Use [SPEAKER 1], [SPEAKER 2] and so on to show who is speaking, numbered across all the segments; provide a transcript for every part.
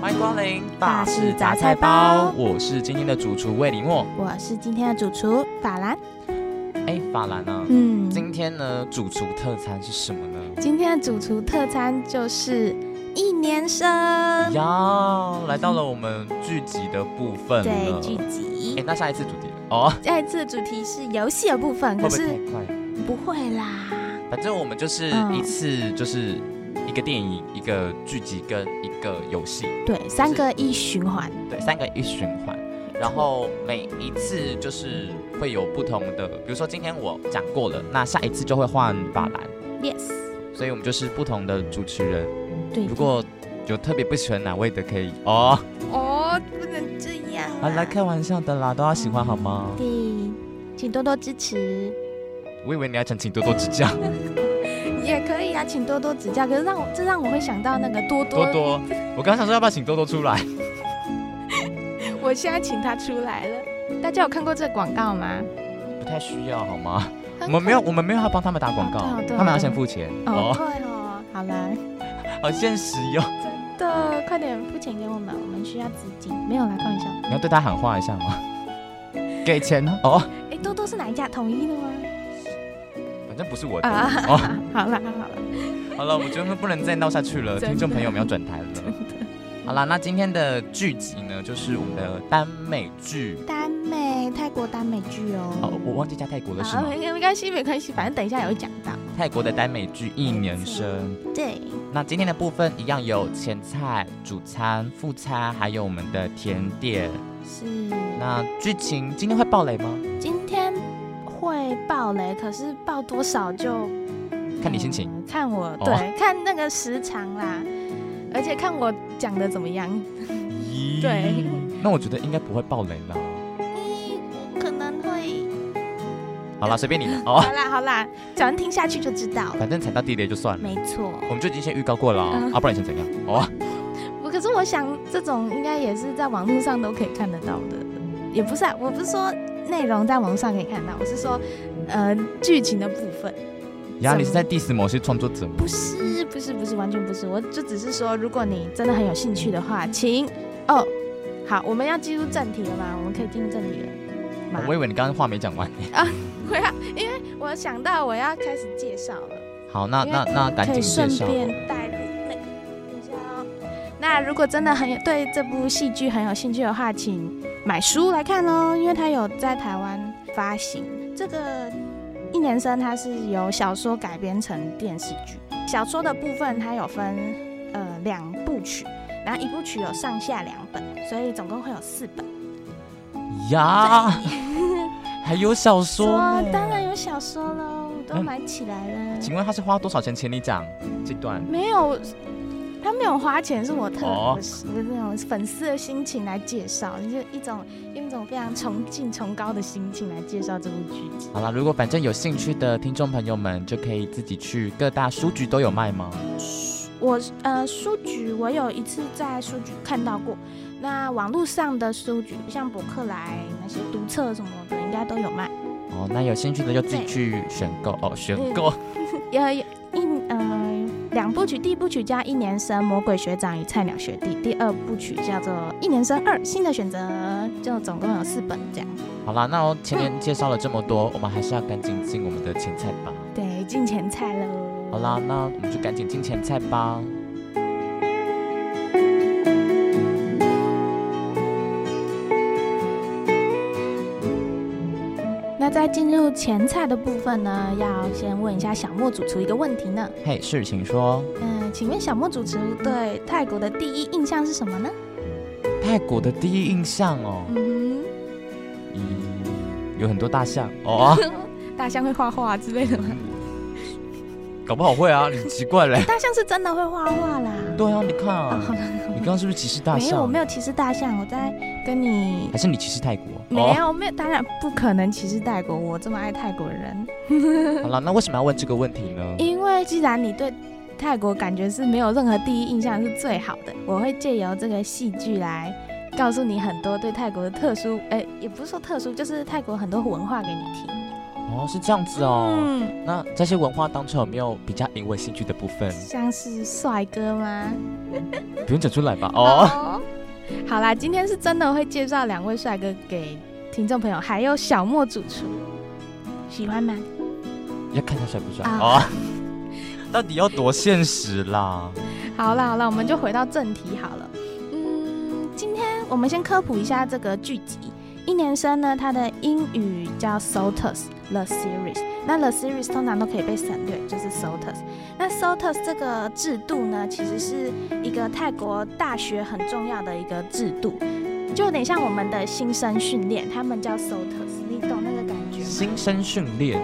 [SPEAKER 1] 欢迎光临
[SPEAKER 2] 大师杂菜包
[SPEAKER 1] 我是今天的主厨魏李默。
[SPEAKER 2] 我是今天的主厨法兰。
[SPEAKER 1] 哎，法兰啊，
[SPEAKER 2] 嗯，
[SPEAKER 1] 今天呢主厨特餐是什么呢？
[SPEAKER 2] 今天的主厨特餐就是一年生，
[SPEAKER 1] 呀，来到了我们剧集的部分
[SPEAKER 2] 对
[SPEAKER 1] 了。
[SPEAKER 2] 剧
[SPEAKER 1] 哎
[SPEAKER 2] 集。，
[SPEAKER 1] 那下一次主题哦，
[SPEAKER 2] 下一次的主题是游戏的部分，
[SPEAKER 1] 会
[SPEAKER 2] 可
[SPEAKER 1] 不会
[SPEAKER 2] 是
[SPEAKER 1] 太快？
[SPEAKER 2] 不会啦。
[SPEAKER 1] 反正我们就是
[SPEAKER 2] 嗯
[SPEAKER 1] 一次就是一个电影、一个剧集跟一个游戏，
[SPEAKER 2] 对，三个一循环。
[SPEAKER 1] 对，三个一循环。然后每一次就是会有不同的，比如说今天我讲过了，那下一次就会换法兰，
[SPEAKER 2] Yes，
[SPEAKER 1] 所以我们就是不同的主持人。
[SPEAKER 2] 对。
[SPEAKER 1] 如果有特别不喜欢哪位的，可以哦。
[SPEAKER 2] 哦，不能这样
[SPEAKER 1] 好
[SPEAKER 2] 啊
[SPEAKER 1] 啦，开玩笑的啦，都要喜欢好吗？
[SPEAKER 2] 对，请多多支持，
[SPEAKER 1] 我以为你要讲请多多指教，嗯
[SPEAKER 2] 也可以啊，请多多指教。可是让我这让我会想到那个多多，
[SPEAKER 1] 多多。我刚想说要不要请多多出来？
[SPEAKER 2] 我现在请他出来了。大家有看过这个广告吗？
[SPEAKER 1] 不太需要好吗？我们没有，我们没有要帮他们打广告
[SPEAKER 2] 哦对哦对，哦
[SPEAKER 1] 他们要先付钱
[SPEAKER 2] 哦，
[SPEAKER 1] 哦，
[SPEAKER 2] 对哦，好了，
[SPEAKER 1] 好现实哟。
[SPEAKER 2] 真的，快点付钱给我们，我们需要资金。没有啦，开玩笑。
[SPEAKER 1] 你要对他喊话一下吗？给钱哦，
[SPEAKER 2] 哎，多多是哪一家统一的吗？
[SPEAKER 1] 反正不是我的
[SPEAKER 2] 啊，
[SPEAKER 1] 哦。
[SPEAKER 2] 好啦好啦，
[SPEAKER 1] 好了，我觉得不能再闹下去了，
[SPEAKER 2] 真的
[SPEAKER 1] 听众朋友们要转台了。好啦，那今天的剧集呢，就是我们的耽美剧
[SPEAKER 2] 耽美泰国耽美剧
[SPEAKER 1] 哦
[SPEAKER 2] 哦。，
[SPEAKER 1] 我忘记加泰国了是
[SPEAKER 2] 好，
[SPEAKER 1] 吗？
[SPEAKER 2] 没没关系没关系，反正等一下也会讲到。
[SPEAKER 1] 泰国的耽美剧《一年生》。
[SPEAKER 2] 对，
[SPEAKER 1] 那今天的部分一样有前菜、主餐、副餐，还有我们的甜点。
[SPEAKER 2] 是。
[SPEAKER 1] 那剧情今天会爆雷吗？
[SPEAKER 2] 今天会爆雷，可是爆多少就
[SPEAKER 1] 看你心情。哦
[SPEAKER 2] 呃看我对、看那个时长啦，而且看我讲的怎么样。
[SPEAKER 1] 咦
[SPEAKER 2] 对，
[SPEAKER 1] 那我觉得应该不会爆雷 啦。
[SPEAKER 2] 嗯，可能会。
[SPEAKER 1] 好啦，随便你了
[SPEAKER 2] 好
[SPEAKER 1] 哦，
[SPEAKER 2] 啦好啦，反正听下去就知道了。
[SPEAKER 1] 反正踩到地雷就算了
[SPEAKER 2] 没。错，
[SPEAKER 1] 我们就已经先预告过了哦
[SPEAKER 2] 嗯
[SPEAKER 1] 啊，不然你想怎样？哦，
[SPEAKER 2] 我可是我想这种应该也是在网络上都可以看得到的，也不是、啊，我不是说内容在网络上可以看到，我是说，呃，剧情的部分。
[SPEAKER 1] 呀，你是在 diss 某些创作者吗？
[SPEAKER 2] 不是，不是，不是，完全不是。我就只是说，如果你真的很有兴趣的话，请哦，好，我们要进入正题了吗？我们可以进入正题了吗？
[SPEAKER 1] 我以为你刚刚话没讲完。
[SPEAKER 2] 会啊，因为我想到我要开始介绍了，
[SPEAKER 1] 好，那那那赶
[SPEAKER 2] 可
[SPEAKER 1] 紧介
[SPEAKER 2] 以顺
[SPEAKER 1] 绍。
[SPEAKER 2] 便带入那个，等一下哦。那如果真的很有对这部戏剧很有兴趣的话，请买书来看喽，因为它有在台湾发行。这个一年生它是由小说改编成电视剧，小说的部分它有分呃两部曲，然后一部曲有上下两本，所以总共会有四本。
[SPEAKER 1] 呀，还有小说
[SPEAKER 2] 说
[SPEAKER 1] 呢。
[SPEAKER 2] 当然有小说喽，我都
[SPEAKER 1] 嗯
[SPEAKER 2] 买起来了。
[SPEAKER 1] 请问他是花多少钱请你讲这段？
[SPEAKER 2] 没有，他没有花钱，是我特、
[SPEAKER 1] 哦
[SPEAKER 2] 我是我是那种粉丝的心情来介绍，就是一种用一种非常崇敬崇高的心情来介绍这部剧集。
[SPEAKER 1] 好啦，如果反正有兴趣的听众朋友们，就可以自己去各大书局都有卖吗？
[SPEAKER 2] 我呃，书局我有一次在书局看到过，那网络上的书局像博客来那些读册什么的，应该都有卖。
[SPEAKER 1] 哦，那有兴趣的就自己去选购哦，选购。
[SPEAKER 2] 也有一呃两部曲，第一部曲叫《一年生魔鬼学长与菜鸟学弟》，第二部曲叫做《一年生二新的选择》，就总共有四本这样。
[SPEAKER 1] 好啦，那我前面介绍了这么多，我们还是要赶紧进我们的前菜吧。
[SPEAKER 2] 对，进前菜喽。
[SPEAKER 1] 好啦，那我们就赶紧进前菜吧。
[SPEAKER 2] 那在进入前菜的部分呢，要先问一下小莫主厨一个问题呢。
[SPEAKER 1] 嘿，是，请说。
[SPEAKER 2] 嗯，请问小莫主厨对泰国的第一印象是什么呢？
[SPEAKER 1] 泰国的第一印象哦，
[SPEAKER 2] 嗯
[SPEAKER 1] 嗯，有很多大象
[SPEAKER 2] 啊
[SPEAKER 1] 哦，
[SPEAKER 2] 哼， 大象会画画之类的吗？
[SPEAKER 1] 搞不好会啊，你奇怪 嘞。
[SPEAKER 2] 大象是真的会画画啦。
[SPEAKER 1] 对啊，你看
[SPEAKER 2] 啊，
[SPEAKER 1] 啊，
[SPEAKER 2] 好了，
[SPEAKER 1] 你刚刚是不是歧视大
[SPEAKER 2] 没有，我
[SPEAKER 1] 象啊
[SPEAKER 2] 没？有歧视大象，我哦在跟你
[SPEAKER 1] 还是你歧视泰国？哦
[SPEAKER 2] 没有，没有，当然不可能歧视泰国，我这么爱泰国人。
[SPEAKER 1] 好了，那为什么要问这个问题呢？
[SPEAKER 2] 因为既然你对泰国感觉是没有任何第一印象是最好的。我会借由这个戏剧来告诉你很多对泰国的特殊，哎、也不是说特殊，就是泰国很多文化给你听。
[SPEAKER 1] 哦，是这样子哦。
[SPEAKER 2] 嗯，
[SPEAKER 1] 那这些文化当中有没有比较引我兴趣的部分？
[SPEAKER 2] 像是帅哥吗？嗯
[SPEAKER 1] 不用讲出来吧？哦，
[SPEAKER 2] 好啦，今天是真的会介绍两位帅哥给听众朋友，还有小莫主厨，喜欢吗？
[SPEAKER 1] 要看他帅不帅哦
[SPEAKER 2] 啊。
[SPEAKER 1] 到底要多现实啦？
[SPEAKER 2] 好了好了，我们就回到正题好了。嗯，今天我们先科普一下这个剧集。一年生呢，它的英语叫 SOTUS The Series，那 The Series 通常都可以被省略，就是 SOTUS。那 SOTUS 这个制度呢，其实是一个泰国大学很重要的一个制度，就有点像我们的新生训练，他们叫 SOTUS，你懂那个感觉吗？
[SPEAKER 1] 新生训练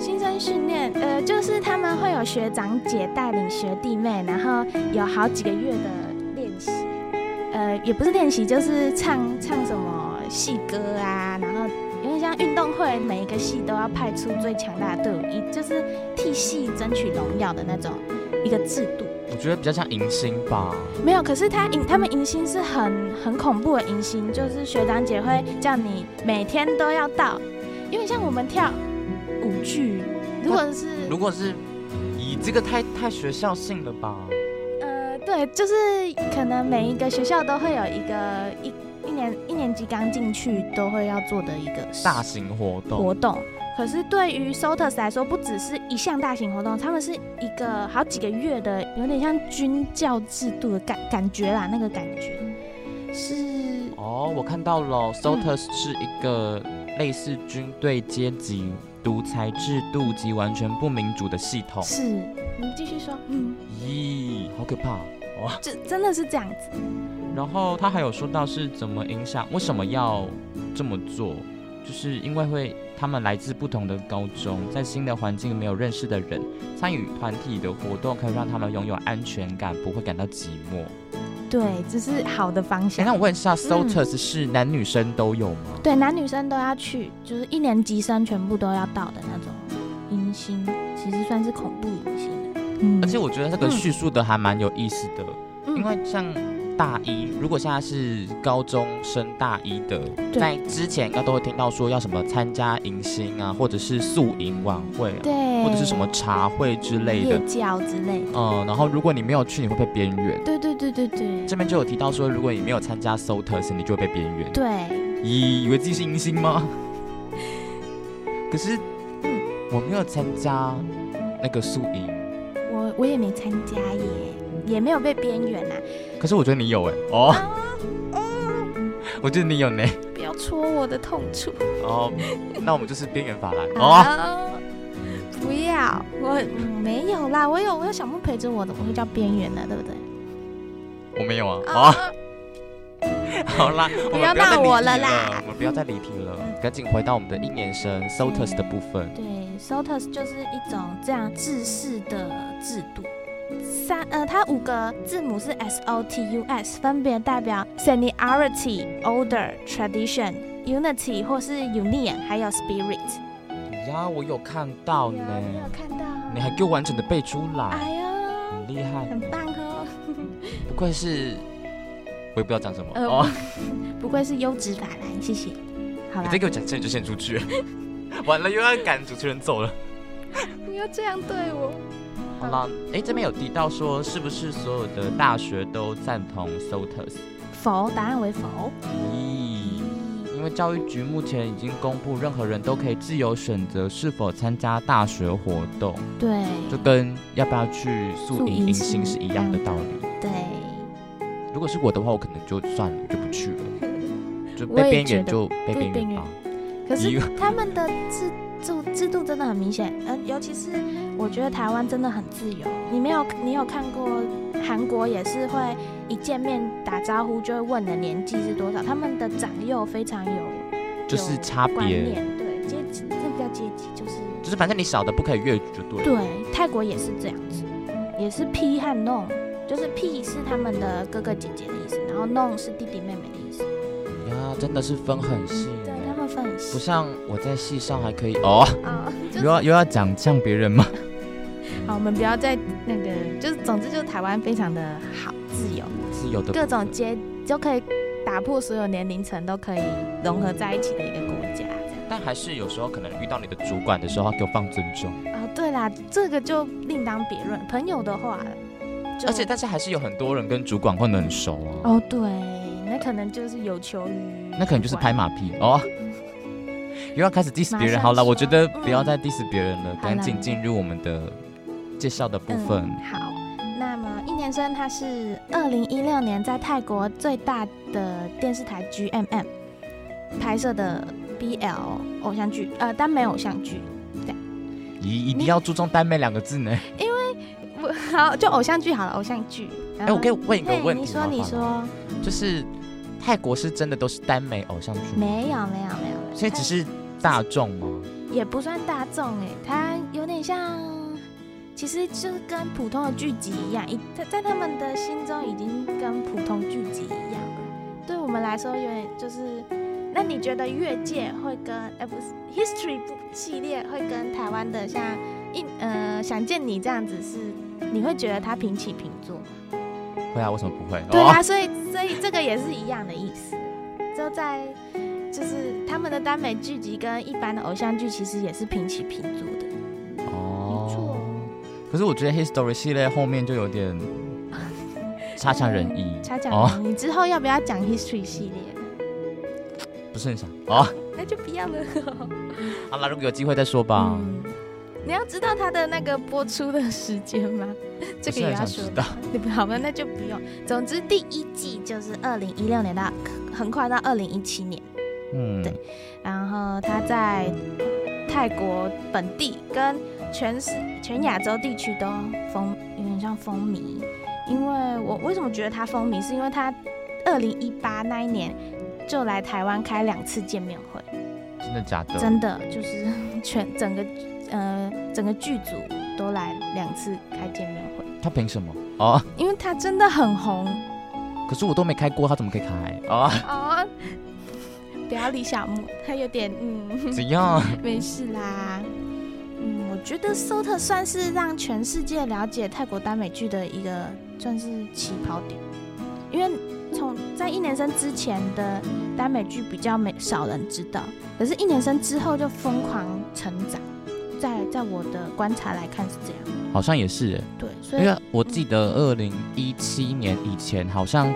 [SPEAKER 2] 新生训练，呃，就是他们会有学长姐带领学弟妹，然后有好几个月的练习，呃，也不是练习，就是唱唱什么戏歌啊，然后有点像运动会，每一个系都要派出最强大的队伍，一就是替系争取荣耀的那种一个制度。
[SPEAKER 1] 我觉得比较像迎新吧。
[SPEAKER 2] 没有，可是他迎他们迎新是很很恐怖的迎新，就是学长姐会叫你每天都要到，因为像我们跳舞剧，如果是
[SPEAKER 1] 如果是以这个太太学校性了吧？
[SPEAKER 2] 呃，对，就是可能每一个学校都会有一个一一年一年级刚进去都会要做的一个事
[SPEAKER 1] 大型活动
[SPEAKER 2] 活动。可是对于 SOTUS 来说，不只是一项大型活动，他们是一个好几个月的，有点像军教制度的感感觉啦，那个感觉
[SPEAKER 1] 嗯
[SPEAKER 2] 是
[SPEAKER 1] 哦，我看到了，SOTUS 是一个类似军队阶级独裁制度及完全不民主的系统。
[SPEAKER 2] 是，你继续说，嗯，
[SPEAKER 1] 咦，好可怕！
[SPEAKER 2] 这真的是这样子。
[SPEAKER 1] 然后他还有说到是怎么影响，为什么要这么做，就是因为会他们来自不同的高中，在新的环境没有认识的人，参与团体的活动可以让他们拥有安全感，不会感到寂寞。
[SPEAKER 2] 对，这是好的方
[SPEAKER 1] 哎，
[SPEAKER 2] 向。
[SPEAKER 1] 那我问一下，SOTUS 是男女生都有吗？
[SPEAKER 2] 对，男女生都要去，就是一年级生全部都要到的那种迎新，其实算是恐怖迎新的。嗯
[SPEAKER 1] 而且我觉得这个叙述的还蛮有意思的，因为像大一，如果现在是高中生大一的，
[SPEAKER 2] 对
[SPEAKER 1] 在之前应该都会听到说要什么参加迎新啊，或者是宿营晚会啊，
[SPEAKER 2] 对，
[SPEAKER 1] 或者是什么茶会之类的
[SPEAKER 2] 夜。教之类的。
[SPEAKER 1] 嗯，然后如果你没有去，你会被边缘。
[SPEAKER 2] 对对对对对
[SPEAKER 1] 这边就有提到说，如果你没有参加 SOTUS，你就会被边缘。
[SPEAKER 2] 对，
[SPEAKER 1] 咦，以为自己是迎新吗？可是，
[SPEAKER 2] 嗯
[SPEAKER 1] 我没有参加那个宿营，
[SPEAKER 2] 我我也没参加耶，也没有被边缘啊。
[SPEAKER 1] 可是我觉得你有哎、哦，
[SPEAKER 2] 啊，
[SPEAKER 1] 我觉得你有呢。
[SPEAKER 2] 不要戳我的痛处
[SPEAKER 1] 哦， 那我们就是边缘法兰哦。
[SPEAKER 2] 啊！不要，我嗯没有啦，我有我有小木陪着我的，我会叫边缘的，对不对？
[SPEAKER 1] 我没有啊。哦，，好 啦，我嗯们
[SPEAKER 2] 要
[SPEAKER 1] 再
[SPEAKER 2] 闹我
[SPEAKER 1] 离
[SPEAKER 2] 了
[SPEAKER 1] 题
[SPEAKER 2] 啦
[SPEAKER 1] 我们不要再离题了，赶紧回到我们的一年生 SOTUS 的部分。
[SPEAKER 2] 对，SOTUS 就是一种这样制式的制度。三呃，它五个字母是 S O T U S，分别代表 seniority、order、tradition、unity 或是 union，还有 spirit。
[SPEAKER 1] 呀，我有看到呢，
[SPEAKER 2] 你有看到？哦
[SPEAKER 1] 你还给我完整的背出来，
[SPEAKER 2] 哎呀，
[SPEAKER 1] 很厉害，
[SPEAKER 2] 很棒哦！
[SPEAKER 1] 不愧是，我也不知道讲什么
[SPEAKER 2] 呃
[SPEAKER 1] 哦。
[SPEAKER 2] 不愧是优质法兰，谢谢。好
[SPEAKER 1] 你
[SPEAKER 2] 啦
[SPEAKER 1] 再，给我讲这你就先出去， 完了又要赶主持人走了。
[SPEAKER 2] 不要这样对我。
[SPEAKER 1] 好啦，哎，这边有提到说，是不是所有的大学都赞同 SOTUS？
[SPEAKER 2] 否，答案为否。
[SPEAKER 1] 咦，因为教育局目前已经公布，任何人都可以自由选择是否参加大学活动，
[SPEAKER 2] 对，
[SPEAKER 1] 就跟要不要去宿
[SPEAKER 2] 宿
[SPEAKER 1] 营
[SPEAKER 2] 营
[SPEAKER 1] 迎
[SPEAKER 2] 是
[SPEAKER 1] 新是一样的
[SPEAKER 2] 一样的
[SPEAKER 1] 道理。嗯
[SPEAKER 2] 对，
[SPEAKER 1] 如果是我的话，我可能就算了，我就不去了，就
[SPEAKER 2] 我
[SPEAKER 1] 被
[SPEAKER 2] 也
[SPEAKER 1] 边
[SPEAKER 2] 觉
[SPEAKER 1] 缘
[SPEAKER 2] 得
[SPEAKER 1] 就被
[SPEAKER 2] 被
[SPEAKER 1] 边
[SPEAKER 2] 边
[SPEAKER 1] 缘啊
[SPEAKER 2] 缘
[SPEAKER 1] 吧。
[SPEAKER 2] 可是
[SPEAKER 1] 一个
[SPEAKER 2] 他们的制制制度真的很明显，呃，尤其是我觉得台湾真的很自由。你没有，你有看过韩国也是会一见面打招呼就会问你的年纪是多少，他们的长幼非常有
[SPEAKER 1] 就是差
[SPEAKER 2] 观
[SPEAKER 1] 别，
[SPEAKER 2] 念，对阶级，这不叫阶级，就是
[SPEAKER 1] 就是反正你少的不可以越矩就对了。
[SPEAKER 2] 对泰国也是这样子，
[SPEAKER 1] 嗯
[SPEAKER 2] 也是 P 和 n o 就是 P 是他们的哥哥姐姐的意思，然后 n o 是弟弟妹妹的意思，
[SPEAKER 1] 呀，真的是分很细
[SPEAKER 2] 对
[SPEAKER 1] 耶，
[SPEAKER 2] 他们分很
[SPEAKER 1] 不
[SPEAKER 2] 细
[SPEAKER 1] 像我在戏上还可以哦，
[SPEAKER 2] 啊，就
[SPEAKER 1] 又
[SPEAKER 2] 是
[SPEAKER 1] 要又要讲像别人吗？
[SPEAKER 2] 好，我们不要再那个，就是总之就是台湾非常的好，自由，
[SPEAKER 1] 自由的
[SPEAKER 2] 各
[SPEAKER 1] 部
[SPEAKER 2] 种
[SPEAKER 1] 分
[SPEAKER 2] 阶就可以打破所有年龄层都可以融合在一起的一个国家。这
[SPEAKER 1] 但还是有时候可能遇到你的主管的时候，他给我放尊重，
[SPEAKER 2] 样哦，对啦，这个就另当别论。朋友的话，就
[SPEAKER 1] 而且但是还是有很多人跟主管混得很熟啊，
[SPEAKER 2] 哦，对，那可能就是有求于
[SPEAKER 1] 那可能就是拍马屁哦。 又要开始 diss
[SPEAKER 2] 马
[SPEAKER 1] 别人，
[SPEAKER 2] 上
[SPEAKER 1] 好了，我觉
[SPEAKER 2] 说
[SPEAKER 1] 得不要
[SPEAKER 2] 嗯
[SPEAKER 1] 再 diss 别人了，
[SPEAKER 2] 好
[SPEAKER 1] 赶
[SPEAKER 2] 啦
[SPEAKER 1] 紧进入我们的介绍的部分。
[SPEAKER 2] 嗯。好，那么一年生它是二零一六年在泰国最大的电视台 GMM 拍摄的 BL 偶像剧，呃，耽美偶像剧。
[SPEAKER 1] 咦，一定要注重耽美两个字呢。
[SPEAKER 2] 我好，就偶像剧好了，偶像剧。
[SPEAKER 1] 哎、
[SPEAKER 2] 哎
[SPEAKER 1] 我可以问一个问题
[SPEAKER 2] 你说，
[SPEAKER 1] 麻烦哦
[SPEAKER 2] 你
[SPEAKER 1] 吗，
[SPEAKER 2] 说，
[SPEAKER 1] 就是泰国是真的都是耽美偶像剧吗，
[SPEAKER 2] 没有，没有，没有，
[SPEAKER 1] 所以只是大众吗？
[SPEAKER 2] 也不算大众哎、它有点像，其实就是跟普通的剧集一样，一在在他们的心中已经跟普通剧集一样了。对我们来说，有点就是，那你觉得越界会跟哎、不是 history 不系列会跟台湾的像一呃想见你这样子是，你会觉得它平起平坐吗？
[SPEAKER 1] 会啊，为什么不会？
[SPEAKER 2] 对啊，
[SPEAKER 1] 哦，
[SPEAKER 2] 所以所以这个也是一样的意思，就在就是他们的耽美剧集跟一般的偶像剧其实也是平起平坐的。没错
[SPEAKER 1] 哦，可是我觉得 History 系列后面就有 点差强人意，哦
[SPEAKER 2] 恰恰、你之后要不要讲 history 系列？
[SPEAKER 1] 不是很想哦。
[SPEAKER 2] 那就不要了。
[SPEAKER 1] 好啦，如果有机会再说吧。
[SPEAKER 2] 嗯，你要知道它的那个播出的时间吗？这个也要
[SPEAKER 1] 不是很想
[SPEAKER 2] 说
[SPEAKER 1] 知
[SPEAKER 2] 吗
[SPEAKER 1] 道。
[SPEAKER 2] 对不好吧，那就不用。总之第一季就是二零一六年到很快到二零一七年。
[SPEAKER 1] 嗯，
[SPEAKER 2] 对然后他在泰国本地跟全世全亚洲地区都风有点像风靡，因为我为什么觉得他风靡，是因为他二零一八那一年就来台湾开两次见面会，
[SPEAKER 1] 真的假的？
[SPEAKER 2] 真的就是全整个呃整个剧组都来两次开见面会，
[SPEAKER 1] 他凭什么？哦，
[SPEAKER 2] 因为他真的很红
[SPEAKER 1] 可是我都没开过，他怎么可以开？ 哦，
[SPEAKER 2] 哦。不要理小木，他有点嗯。
[SPEAKER 1] 怎样？
[SPEAKER 2] 没事啦。嗯，我觉得《SOT》算是让全世界了解泰国耽美剧的一个算是起跑点，因为从在一年生之前的耽美剧比较没少人知道，可是一年生之后就疯狂成长，在在我的观察来看是这样。
[SPEAKER 1] 好像也是耶，
[SPEAKER 2] 对，所
[SPEAKER 1] 因
[SPEAKER 2] 以
[SPEAKER 1] 为我记得二零一七年以前好像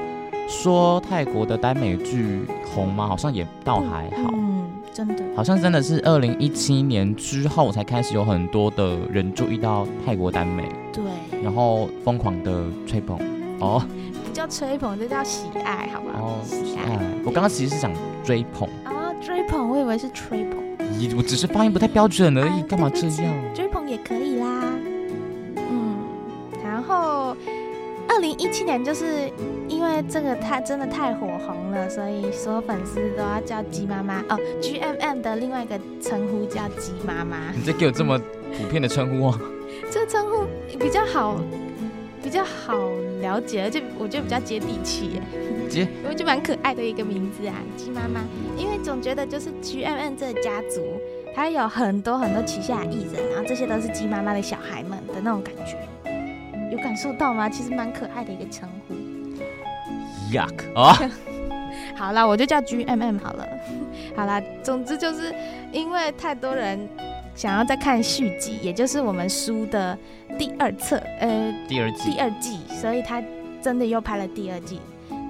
[SPEAKER 1] 说泰国的耽美剧红吗？好像也倒还好。
[SPEAKER 2] 嗯，真的，
[SPEAKER 1] 好像真的是二零一七年之后才开始有很多的人注意到泰国耽美，
[SPEAKER 2] 对，
[SPEAKER 1] 然后疯狂的吹捧。哦
[SPEAKER 2] 不叫吹捧，这叫喜爱，好不好？
[SPEAKER 1] 哦，
[SPEAKER 2] 喜
[SPEAKER 1] 哎
[SPEAKER 2] 爱。，
[SPEAKER 1] 我刚刚其实是想追捧，
[SPEAKER 2] 啊，追捧，我以为是吹捧。
[SPEAKER 1] 咦，我只是发音不太标准而已，
[SPEAKER 2] 啊
[SPEAKER 1] 干嘛
[SPEAKER 2] 对
[SPEAKER 1] 这
[SPEAKER 2] 不起
[SPEAKER 1] 样？
[SPEAKER 2] 追捧也可以啦。嗯，然后二零一七年就是因为这个它真的太火红了，所以所有粉丝都要叫鸡妈妈哦，GMM 的另外一个称呼叫鸡妈妈，
[SPEAKER 1] 你这给我这么普遍的称呼哦，
[SPEAKER 2] 这称呼比较好，比较好了解，而且我觉得比较接地气耶。
[SPEAKER 1] 接
[SPEAKER 2] 因为就蛮可爱的一个名字啊，鸡妈妈。因为总觉得就是 G M N 这个家族，它有很多很多旗下艺人，然后这些都是鸡妈妈的小孩们的那种感觉，有感受到吗？其实蛮可爱的一个称呼。
[SPEAKER 1] yuck 啊！
[SPEAKER 2] 好啦，我就叫 G M M 好了。 好啦，总之就是因为太多人想要再看续集，也就是我们书的第二册，呃，
[SPEAKER 1] 第二季
[SPEAKER 2] 第，二季，所以他真的又拍了第二季，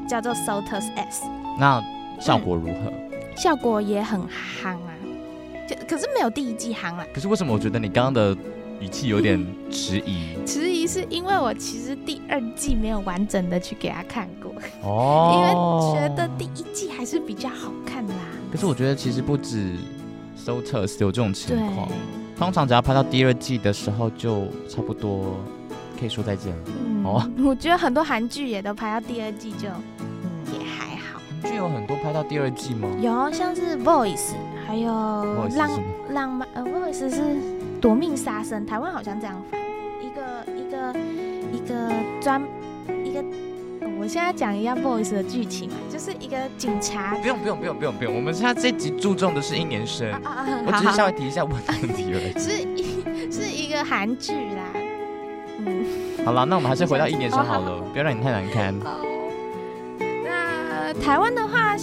[SPEAKER 2] 叫做 Sotus S。
[SPEAKER 1] 那效果如何？
[SPEAKER 2] 效果也很夯啊，就可是没有第一季夯啊啦。
[SPEAKER 1] 可是为什么我觉得你刚刚的语气有点迟疑？
[SPEAKER 2] 迟疑是因为我其实第二季没有完整的去给他看过，
[SPEAKER 1] 哦
[SPEAKER 2] 因为觉得第一季还是比较好看啦。
[SPEAKER 1] 可是我觉得其实不止 So t e s 有这种情
[SPEAKER 2] 对，
[SPEAKER 1] 况，通常只要拍到第二季的时候，就差不多可以说再见了。
[SPEAKER 2] 嗯，
[SPEAKER 1] 哦
[SPEAKER 2] 我觉得很多韩剧也都拍到第二季就，嗯，也还好。
[SPEAKER 1] 韩剧有很多拍到第二季吗？
[SPEAKER 2] 有像是 Voice，还有
[SPEAKER 1] 不好意思，
[SPEAKER 2] 浪
[SPEAKER 1] 是吗
[SPEAKER 2] 浪漫，呃，Voice 是夺命杀生，台湾好像这样翻，一个一个一个专一个，呃我现在讲一下 Voice 的剧情嘛，啊就是一个警察
[SPEAKER 1] 不用不用不用不用不用，我们现在这集注重的是一年生
[SPEAKER 2] 啊，啊啊，
[SPEAKER 1] 我只
[SPEAKER 2] 好
[SPEAKER 1] 是
[SPEAKER 2] 好
[SPEAKER 1] 稍微提一下问题而已。
[SPEAKER 2] 是一是一个韩剧啦，嗯
[SPEAKER 1] 好了，那我们还是回到一点上好
[SPEAKER 2] 哦好
[SPEAKER 1] 了，不要让你太难堪。
[SPEAKER 2] 哦，那台湾的话，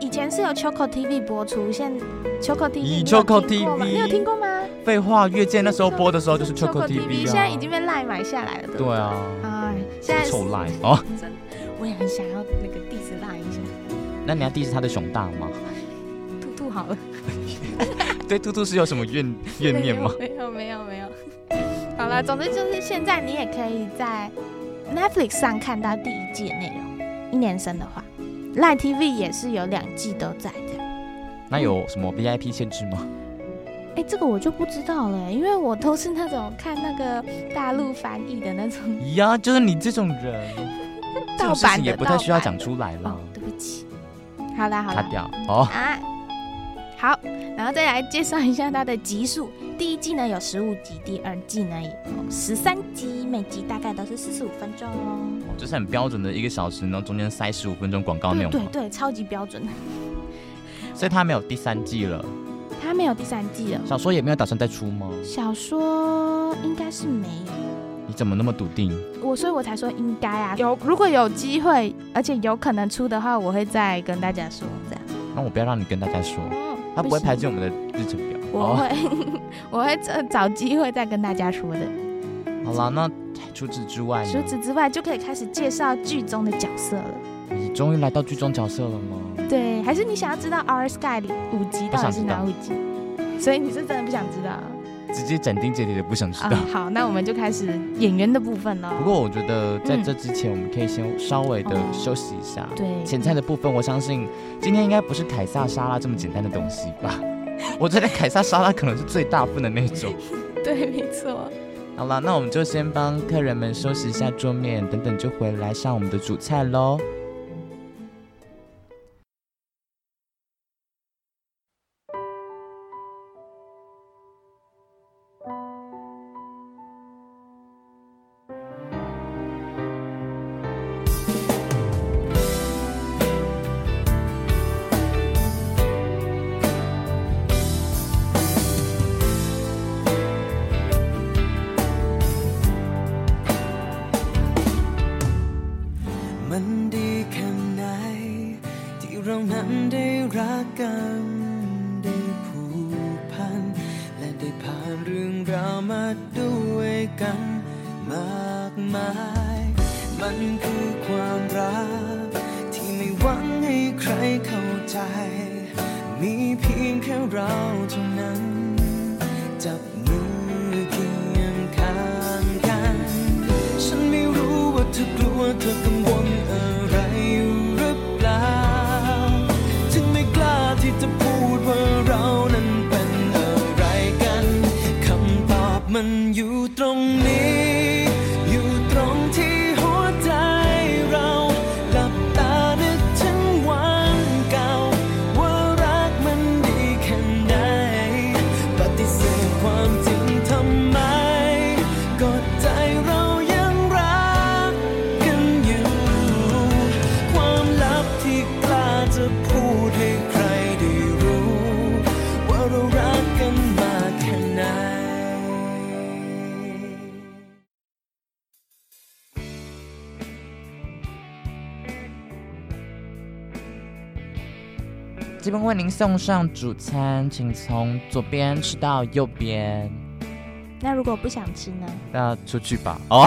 [SPEAKER 2] 以前是有 Choco TV 播出，现 Choco TV
[SPEAKER 1] 咦
[SPEAKER 2] 你有
[SPEAKER 1] Choco
[SPEAKER 2] 听过吗
[SPEAKER 1] TV
[SPEAKER 2] 你有听过吗？
[SPEAKER 1] 废话，越界那时候播的时候就是
[SPEAKER 2] 嗯
[SPEAKER 1] Choco
[SPEAKER 2] TV，
[SPEAKER 1] TV 啊，
[SPEAKER 2] 现在已经被赖买下来了，对不
[SPEAKER 1] 对啊，
[SPEAKER 2] 哎，现在
[SPEAKER 1] 臭赖哦。
[SPEAKER 2] 真的，我也很想要那个地址赖一下，
[SPEAKER 1] 那你要 diss 他的熊大吗？
[SPEAKER 2] 兔兔好了，
[SPEAKER 1] 对兔兔是有什么 怨怨念吗？
[SPEAKER 2] 没有没有没有。好了，总之就是现在你也可以在 Netflix 上看到第一季的内容，一年生的话，赖 TV 也是有两季都在的。
[SPEAKER 1] 那有什么 VIP 限制吗？
[SPEAKER 2] 哎、这个我就不知道了、因为我都是那种看那个大陆翻译的那种
[SPEAKER 1] 呀，就是你这种人，这
[SPEAKER 2] 嗯盗
[SPEAKER 1] 种事
[SPEAKER 2] 版
[SPEAKER 1] 情
[SPEAKER 2] 的，
[SPEAKER 1] 也不太需要
[SPEAKER 2] 盗
[SPEAKER 1] 讲
[SPEAKER 2] 版的
[SPEAKER 1] 出来啦
[SPEAKER 2] 哦，，对不起。好啦好
[SPEAKER 1] 卡
[SPEAKER 2] 啦
[SPEAKER 1] 掉哦。
[SPEAKER 2] 啊，好，然后再来介绍一下它的集数。第一季呢有十五集，第二季呢有哦十三集，每集大概都是四十五分钟。
[SPEAKER 1] 哦这是很标准的一个小时，然后中间塞十五分钟广告内
[SPEAKER 2] 对
[SPEAKER 1] 容
[SPEAKER 2] 对
[SPEAKER 1] 嘛，
[SPEAKER 2] 对，超级标准。
[SPEAKER 1] 所以他没有第三季了，
[SPEAKER 2] 它没有第三季了，
[SPEAKER 1] 小说也没有打算再出吗？
[SPEAKER 2] 小说应该是没有。
[SPEAKER 1] 你怎么那么笃定？
[SPEAKER 2] 我所以我才说应该啊，有如果有机会，而且有可能出的话，我会再跟大家说这样。
[SPEAKER 1] 那我不要让你跟大家说，
[SPEAKER 2] 嗯，
[SPEAKER 1] 他不会
[SPEAKER 2] 行
[SPEAKER 1] 排进我们的日程表。哦
[SPEAKER 2] 我会， 我会找找机会再跟大家说的。
[SPEAKER 1] 好啦，那除此之外
[SPEAKER 2] 除
[SPEAKER 1] 呢？
[SPEAKER 2] 此之外，就可以开始介绍剧中的角色了。
[SPEAKER 1] 你终于来到剧中角色了吗？
[SPEAKER 2] 对，还是你想要知道《Our Sky》里五集到底是哪五集？所以你是真的不想知道啊、
[SPEAKER 1] 直接斩钉截铁的不想知道。
[SPEAKER 2] 好，那我们就开始演员的部分喽。
[SPEAKER 1] 不过我觉得在
[SPEAKER 2] 嗯
[SPEAKER 1] 这之前，我们可以先稍微的
[SPEAKER 2] 哦
[SPEAKER 1] 休息一下。
[SPEAKER 2] 对，
[SPEAKER 1] 前菜的部分，我相信今天应该不是凯撒沙拉这么简单的东西吧？ 我觉得凯撒沙拉可能是最大份的那种。
[SPEAKER 2] 对，没错。
[SPEAKER 1] 好了，那我们就先帮客人们收拾一下桌面，等等就回来上我们的主菜喽。
[SPEAKER 3] มันดีแค่ไหน ที่เรานั้นได้รักกัน ได้ผูกพัน และได้ผ่านเรื่องราวมาด้วยกันมากมาย มันคือความรัก ที่ไม่หวังให้ใครเข้าใจ มีเพียงแค่เราเท่านั้น จับมือเคียงข้างกัน ฉันไม่รู้ว่าเธอกลัวเธอกังวลอะไรอยู่หรือเปล่า ฉันไม่กล้าที่จะพูดว่าเรานั้นเป็นอะไรกัน คำตอบมันอยู่ตรงนี้ อยู่ตรงที่หัวใจเราหลับตานึกถึงวันเก่า ว่ารักมันดีแค่ไหน ปฏิเสธความจริงทำไม ก็ใจเรายังรักกันอยู่ ความลับที่กล้าจะพูดให้ใครได้รู้ ว่าเรารักกันมาแค่ไหน
[SPEAKER 1] 这边为您送上主餐，请从左边吃到右边。
[SPEAKER 2] 那如果不想吃呢？
[SPEAKER 1] 那出去吧。哦，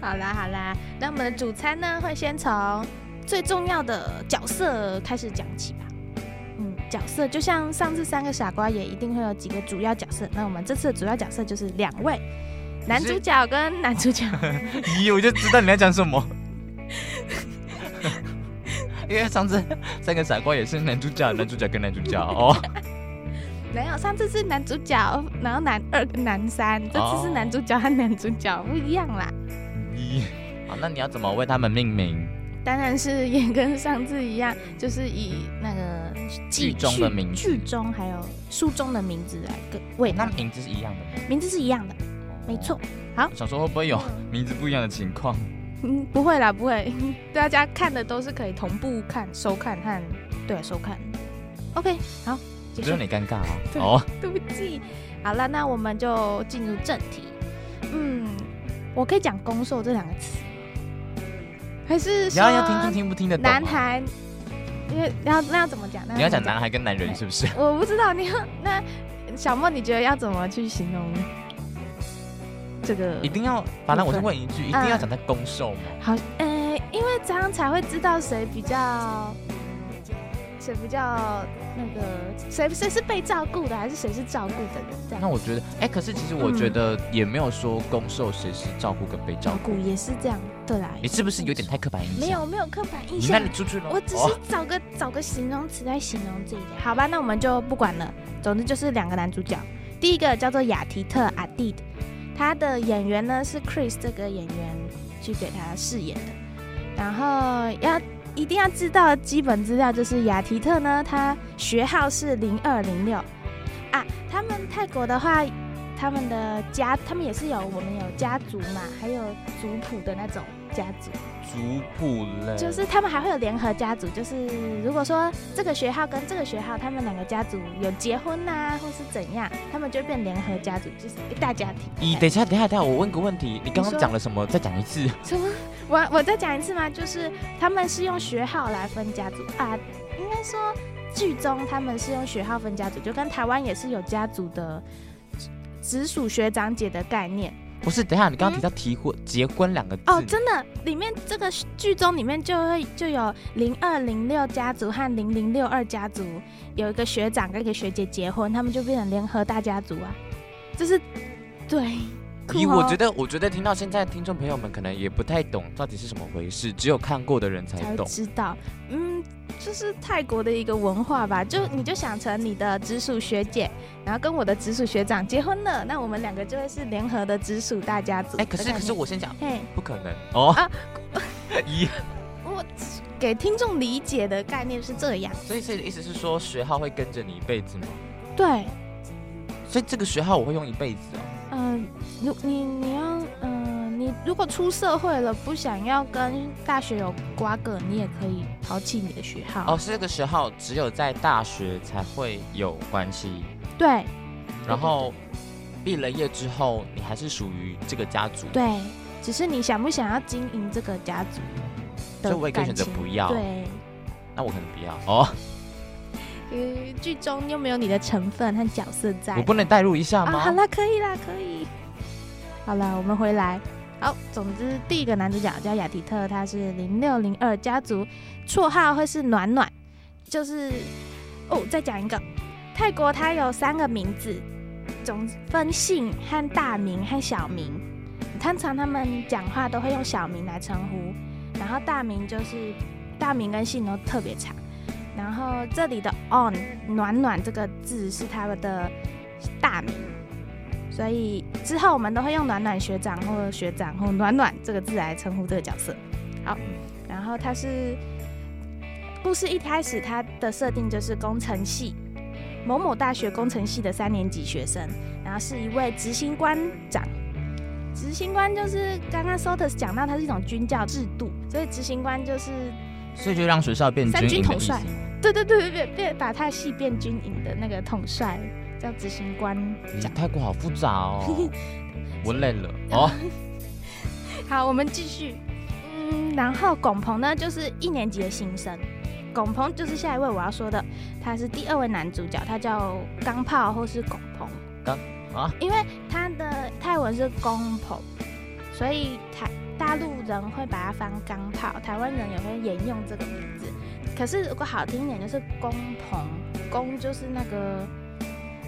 [SPEAKER 2] 好啦好啦，那我们的主餐呢，会先从最重要的角色开始讲起吧。嗯，角色就像上次三个傻瓜也一定会有几个主要角色，那我们这次的主要角色就是两位男主角跟男主角。
[SPEAKER 1] 咦，我就知道你要讲什 么。因为上次三个傻瓜也是男主角、男主角跟男主角哦，
[SPEAKER 2] 没有，上次是男主角，然后男二跟男三，这次是
[SPEAKER 1] 哦
[SPEAKER 2] 男主角和男主角不一样啦。
[SPEAKER 1] 咦，好，那你要怎么为他们命名
[SPEAKER 2] 当然是也跟上次一样，就是以那个
[SPEAKER 1] 剧中的名字
[SPEAKER 2] 剧中还有书中的名字来跟为
[SPEAKER 1] 那
[SPEAKER 2] 他们
[SPEAKER 1] 名字是一样的吗？
[SPEAKER 2] 哎名字是一样的，没 错。
[SPEAKER 1] 想说会不会有名字不一样的情况？
[SPEAKER 2] 嗯，不会啦，不会， 大家看的都是可以同步看、收看和对收看。OK，好，结
[SPEAKER 1] 只
[SPEAKER 2] 束
[SPEAKER 1] 有。你尴尬啊！
[SPEAKER 2] 对
[SPEAKER 1] 哦，
[SPEAKER 2] 对不起。好了，那我们就进入正题。嗯，我可以讲“攻受”这两个词，还是
[SPEAKER 1] 你要要听众
[SPEAKER 2] 说
[SPEAKER 1] 听不听得懂啊？
[SPEAKER 2] 男孩？因为要那要怎么讲？那
[SPEAKER 1] 你要讲
[SPEAKER 2] 怎么
[SPEAKER 1] 男孩跟男人是不是？
[SPEAKER 2] 我不知道你要那小莫，你觉得要怎么去形容这个？
[SPEAKER 1] 一定要，反正我就
[SPEAKER 2] 部分
[SPEAKER 1] 问一句，一定要讲在攻受吗？
[SPEAKER 2] 好，呃，因为这样才会知道谁比较，谁比较那个，谁谁是被照顾的，还是谁是照顾的人？这
[SPEAKER 1] 那
[SPEAKER 2] 样
[SPEAKER 1] 我觉得，哎、可是其实我觉得也没有说攻受谁是照顾跟被照
[SPEAKER 2] 照
[SPEAKER 1] 顾，
[SPEAKER 2] 顾也是这样，对啦。
[SPEAKER 1] 你是不是有点太刻板印象？
[SPEAKER 2] 没有没有刻板印
[SPEAKER 1] 你那
[SPEAKER 2] 象
[SPEAKER 1] 你？出去了。
[SPEAKER 2] 我只
[SPEAKER 1] 哦
[SPEAKER 2] 是找个找个形容词来形容这一点，好吧？那我们就不管了。总之就是两个男主角，第一个叫做雅提特阿蒂的，他的演员呢是 Chris 这个演员去给他饰演的。然后要一定要知道的基本资料就是雅提特呢，他学号是零二零六啊。他们泰国的话，他们的家他们也是有我们有家族嘛，还有族谱的那种家族。
[SPEAKER 1] 族谱嘞，
[SPEAKER 2] 就是他们还会有联合家族，就是如果说这个学号跟这个学号，他们两个家族有结婚呐、或是怎样，他们就变联合家族，就是一大家庭。
[SPEAKER 1] 咦，等一下，等一下，等一下，我问个问题，你刚刚讲了什么？再讲一次。
[SPEAKER 2] 什么？我我再讲一次嘛，就是他们是用学号来分家族啊，应该说剧中他们是用学号分家族，就跟台湾也是有家族的直属学长姐的概念。
[SPEAKER 1] 不是，等一下，你刚刚提到提婚、结婚两个字
[SPEAKER 2] 嗯哦，真的，里面这个剧中里面就会就有零二零六家族和零零六二家族有一个学长跟一个学姐结婚，他们就变成联合大家族啊，就是对。
[SPEAKER 1] 咦，
[SPEAKER 2] 酷哦
[SPEAKER 1] 我觉得，我觉得听到现在，听众朋友们可能也不太懂到底是什么回事，只有看过的人才
[SPEAKER 2] 才会
[SPEAKER 1] 懂。
[SPEAKER 2] 知道，嗯，就是泰国的一个文化吧，就你就想成你的直属学姐，然后跟我的直属学长结婚了，那我们两个就会是联合的直属大家族。
[SPEAKER 1] 哎、可是可是，我先讲，
[SPEAKER 2] 嘿，
[SPEAKER 1] 不可能哦
[SPEAKER 2] 啊。
[SPEAKER 1] 咦、
[SPEAKER 2] 我给听众理解的概念是这样，
[SPEAKER 1] 所以所以意思是说，学号会跟着你一辈子吗？
[SPEAKER 2] 对。
[SPEAKER 1] 所以这个学号我会用一辈子哦。
[SPEAKER 2] 嗯，如你你要嗯、你如果出社会了，不想要跟大学有瓜葛，你也可以抛弃你的学号。
[SPEAKER 1] 哦，是这个学号只有在大学才会有关系，
[SPEAKER 2] 对
[SPEAKER 1] 然后毕了业之后，你还是属于这个家族。
[SPEAKER 2] 对，只是你想不想要经营这个家族
[SPEAKER 1] 所以
[SPEAKER 2] 的
[SPEAKER 1] 我也可以
[SPEAKER 2] 感
[SPEAKER 1] 选择
[SPEAKER 2] 情？
[SPEAKER 1] 不要
[SPEAKER 2] 对，
[SPEAKER 1] 那我可能不要哦，
[SPEAKER 2] 因为剧中又没有你的成分和角色在。
[SPEAKER 1] 我不能带入一下
[SPEAKER 2] 啊，
[SPEAKER 1] 吗？
[SPEAKER 2] 好啦，可以啦，可以。好了，我们回来。好，总之第一个男主角叫雅迪特，他是零六零二家族，绰号会是暖暖，就是哦，再讲一个，泰国它有三个名字，总分姓和大名和小名。通常他们讲话都会用小名来称呼，然后大名就是大名跟姓都特别长。然后这里的 on 暖暖这个字是他们的大名，所以之后我们都会用暖暖学长或学长或暖暖这个字来称呼这个角色。好，然后他是故事一开始他的设定就是工程系某某大学工程系的三年级学生，然后是一位执行官长。执行官就是刚刚 Sotus 讲到，它是一种军教制度，所以执行官就是
[SPEAKER 1] 所以就让学校变
[SPEAKER 2] 三
[SPEAKER 1] 军营
[SPEAKER 2] 军
[SPEAKER 1] 的意
[SPEAKER 2] 统
[SPEAKER 1] 思
[SPEAKER 2] 帅。对对对对对，变把他系变军营的那个统帅叫执行官
[SPEAKER 1] 咦
[SPEAKER 2] 长。
[SPEAKER 1] 嗯泰国好复杂哦， 我累了哦。
[SPEAKER 2] 好，我们继续。嗯，然后龚鹏呢，就是一年级的新生。龚鹏就是下一位我要说的，他是第二位男主角，他叫钢炮或是龚鹏。
[SPEAKER 1] 钢啊？
[SPEAKER 2] 因为他的泰文是公鹏，所以台大陆人会把它翻钢炮，台湾人也会沿用这个名字。可是如果好听一点，就是公鹏，公就是那个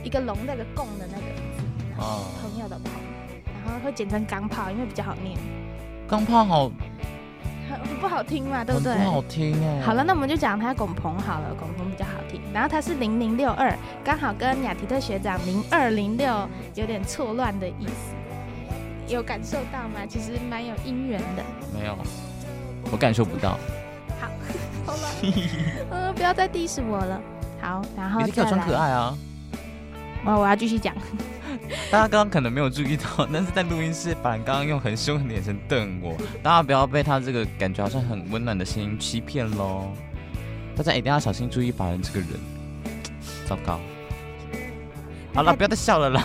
[SPEAKER 2] 一个龙那个共的那个字，
[SPEAKER 1] 哦
[SPEAKER 2] 朋友的朋，然后会简称钢炮，因为比较好念。
[SPEAKER 1] 钢炮好，
[SPEAKER 2] 很很不好听嘛，对
[SPEAKER 1] 很
[SPEAKER 2] 不对？
[SPEAKER 1] 不好听哎。
[SPEAKER 2] 好了，那我们就讲他拱鹏好了，拱鹏比较好听。然后他是零零六二，刚好跟雅迪特学长零二零六有点错乱的意思，有感受到吗？其实蛮有姻缘的。
[SPEAKER 1] 没有，我感受不到。
[SPEAKER 2] 好了，呃，不要再 diss 我了。好，然后
[SPEAKER 1] 你是给
[SPEAKER 2] 再
[SPEAKER 1] 我装可
[SPEAKER 2] 来，
[SPEAKER 1] 爱啊！
[SPEAKER 2] 我我要继续讲。
[SPEAKER 1] 大家刚刚可能没有注意到，但是在录音室，板刚刚用很凶的眼神瞪我。大家不要被他这个感觉好像很温暖的声音欺骗喽。大家一定要小心注意法人这个人。糟糕。好了，不要再笑了啦。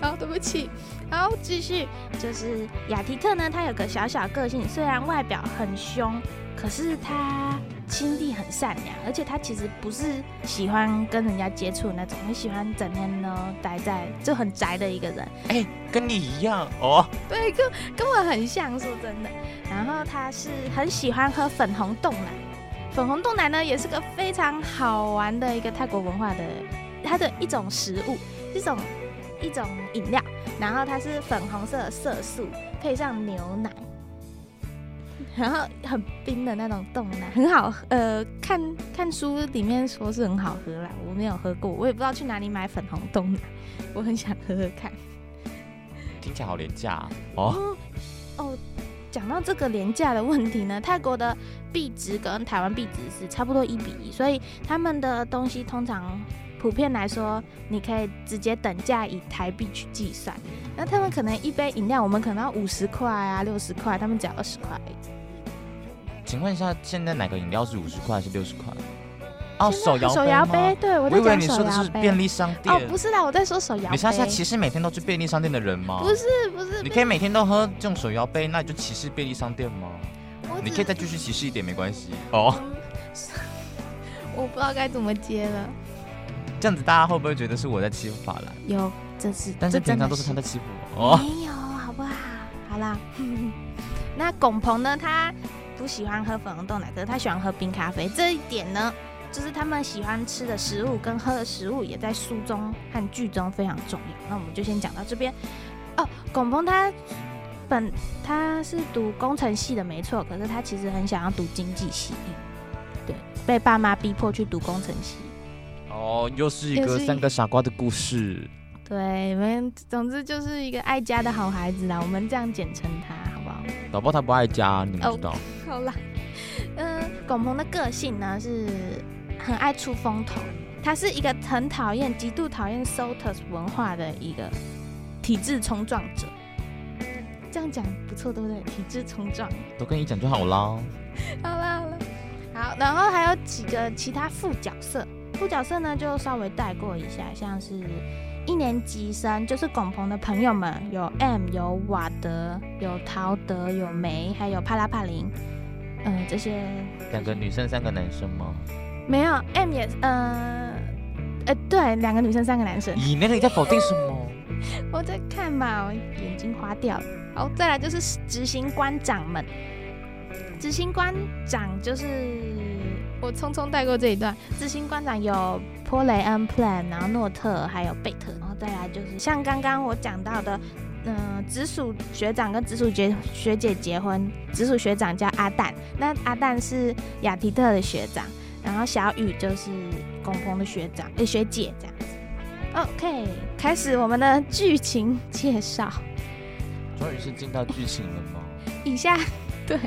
[SPEAKER 2] 好，对不起。好，继续，就是雅提克呢，他有个小小个性，虽然外表很凶，可是他心地很善良，而且他其实不是喜欢跟人家接触的那种，很喜欢整天呢待在就很宅的一个人。
[SPEAKER 1] 哎、跟你一样哦，
[SPEAKER 2] 对，跟跟我很像，说真的。然后他是很喜欢喝粉红冻奶，粉红冻奶呢也是个非常好玩的一个泰国文化的，它的一种食物，一种一种饮料。然后它是粉红色的色素，配上牛奶，然后很冰的那种冻奶，很好喝。呃，看看书里面说是很好喝啦，我没有喝过，我也不知道去哪里买粉红冻奶，我很想喝喝看。
[SPEAKER 1] 听起来好廉价、啊、哦。
[SPEAKER 2] 哦哦，讲到这个廉价的问题呢，泰国的币值跟台湾币值是差不多一比一，所以他们的东西通常普遍来说，你可以直接等价以台币去计算。那他们可能一杯饮料，我们可能要五十块啊、六十块，他们只要二十块而已。
[SPEAKER 1] 请问一下，现在哪个饮料是五十块还是六十块？哦，
[SPEAKER 2] 现在
[SPEAKER 1] 摇
[SPEAKER 2] 手摇
[SPEAKER 1] 吗
[SPEAKER 2] 杯，对我
[SPEAKER 1] 我
[SPEAKER 2] 在
[SPEAKER 1] 以为
[SPEAKER 2] 讲
[SPEAKER 1] 你
[SPEAKER 2] 手
[SPEAKER 1] 说的
[SPEAKER 2] 摇
[SPEAKER 1] 是便
[SPEAKER 2] 杯。
[SPEAKER 1] 利商店。
[SPEAKER 2] 哦，不是啦，我在说手摇杯。哦
[SPEAKER 1] 你现在歧视每天都去便利商店的人吗？
[SPEAKER 2] 不是不是，
[SPEAKER 1] 你可以每天都喝这种手摇杯，那你就歧视便利商店吗？
[SPEAKER 2] 我
[SPEAKER 1] 你
[SPEAKER 2] 只
[SPEAKER 1] 可以再继续歧视一点，没关系。哦，
[SPEAKER 2] 我不知道该怎么接了。
[SPEAKER 1] 这样子大家会不会觉得是我在欺负法兰？
[SPEAKER 2] 有，这是，
[SPEAKER 1] 但
[SPEAKER 2] 这
[SPEAKER 1] 是
[SPEAKER 2] 真
[SPEAKER 1] 平常
[SPEAKER 2] 的
[SPEAKER 1] 都是他在欺负我。哦，
[SPEAKER 2] 没有，好不好？好啦， 那龚鹏呢？他不喜欢喝粉红豆奶，可是他喜欢喝冰咖啡。这一点呢，就是他们喜欢吃的食物跟喝的食物，也在书中和剧中非常重要。那我们就先讲到这边。哦，龚鹏他本他是读工程系的，没错，可是他其实很想要读经济系，对，被爸妈逼迫去读工程系。
[SPEAKER 1] 哦，又是一
[SPEAKER 2] 又
[SPEAKER 1] 个
[SPEAKER 2] 是一
[SPEAKER 1] 三个傻瓜的故事。
[SPEAKER 2] 对，我们总之就是一个爱家的好孩子啦，我们这样简称他，好不好？
[SPEAKER 1] 搞不好他不爱家，你们
[SPEAKER 2] 哦
[SPEAKER 1] 知道？
[SPEAKER 2] 好啦，嗯，龚鹏的个性呢是很爱出风头，他是一个很讨厌、极度讨厌 Sotus 文化的一个体制冲撞者。这样讲不错，对不对？体制冲撞。
[SPEAKER 1] 都跟你讲就好啦。
[SPEAKER 2] 好了好了，好，然后还有几个其他副角色，副角色呢就稍微带过一下，像是一年级生，就是龚鹏的朋友们，有 M，有瓦德，有陶德，有梅，还有帕拉帕林，嗯、这些
[SPEAKER 1] 两个女生，三个男生吗？
[SPEAKER 2] 没有 M 也呃呃对，两个女生三个男生，
[SPEAKER 1] 咦， 那你在否定什么？
[SPEAKER 2] 我在看嘛，我眼睛花掉了。好，再来就是执行官长们，执行官长就是我匆匆带过这一段。执行官长有波雷恩 Plan，然后诺特还有贝特，然后再来就是像刚刚我讲到的，嗯、直属学长跟直属学学姐结婚，直属学长叫阿蛋，那阿蛋是雅提特的学长，然后小雨就是龚鹏的学长，诶，学姐这样。OK，开始我们的剧情介绍。
[SPEAKER 1] 终于是进到剧情了 吗？
[SPEAKER 2] 以下对，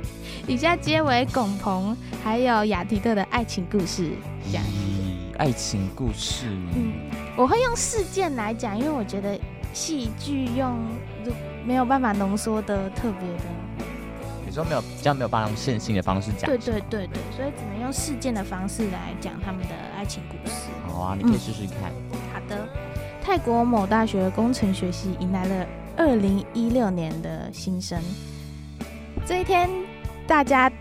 [SPEAKER 2] 以下皆为龚鹏还有雅提特的爱情故事。这样，
[SPEAKER 1] 咦，爱情故事。
[SPEAKER 2] 嗯，我会用事件来讲，因为我觉得戏剧用如没有办法浓缩的特别的，
[SPEAKER 1] 你说没有，比较没有办法用线性的方式讲。
[SPEAKER 2] 对对对对，所以只能用事件的方式来讲他们的爱情故事。
[SPEAKER 1] 好啊，你可以试试看。
[SPEAKER 2] 好的，泰国某大学工程学系迎来了二零一六年的新生。这一天，大家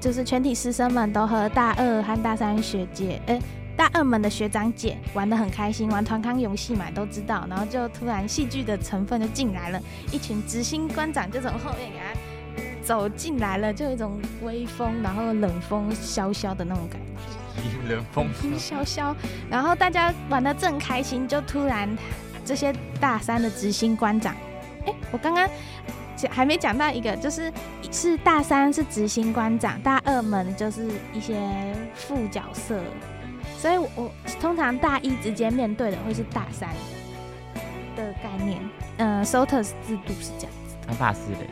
[SPEAKER 2] 就是全体师生们都和大二和大三学姐，呃，大二们的学长姐玩得很开心，玩团康游戏嘛，都知道。然后就突然戏剧的成分就进来了，一群执行官长就从后面给他走进来了，就有一种微风，然后冷风萧萧的那种感觉。
[SPEAKER 1] 咦， 冷风
[SPEAKER 2] 风萧萧，嗯然后大家玩的正开心，就突然这些大三的执行官长，哎，我刚刚讲还没讲到一个，就是是大三是执行官长，大二们就是一些副角色，所以我我通常大一直接面对的会是大三的概念，嗯、s o t u s 制度是这样。
[SPEAKER 1] 安法斯嘞。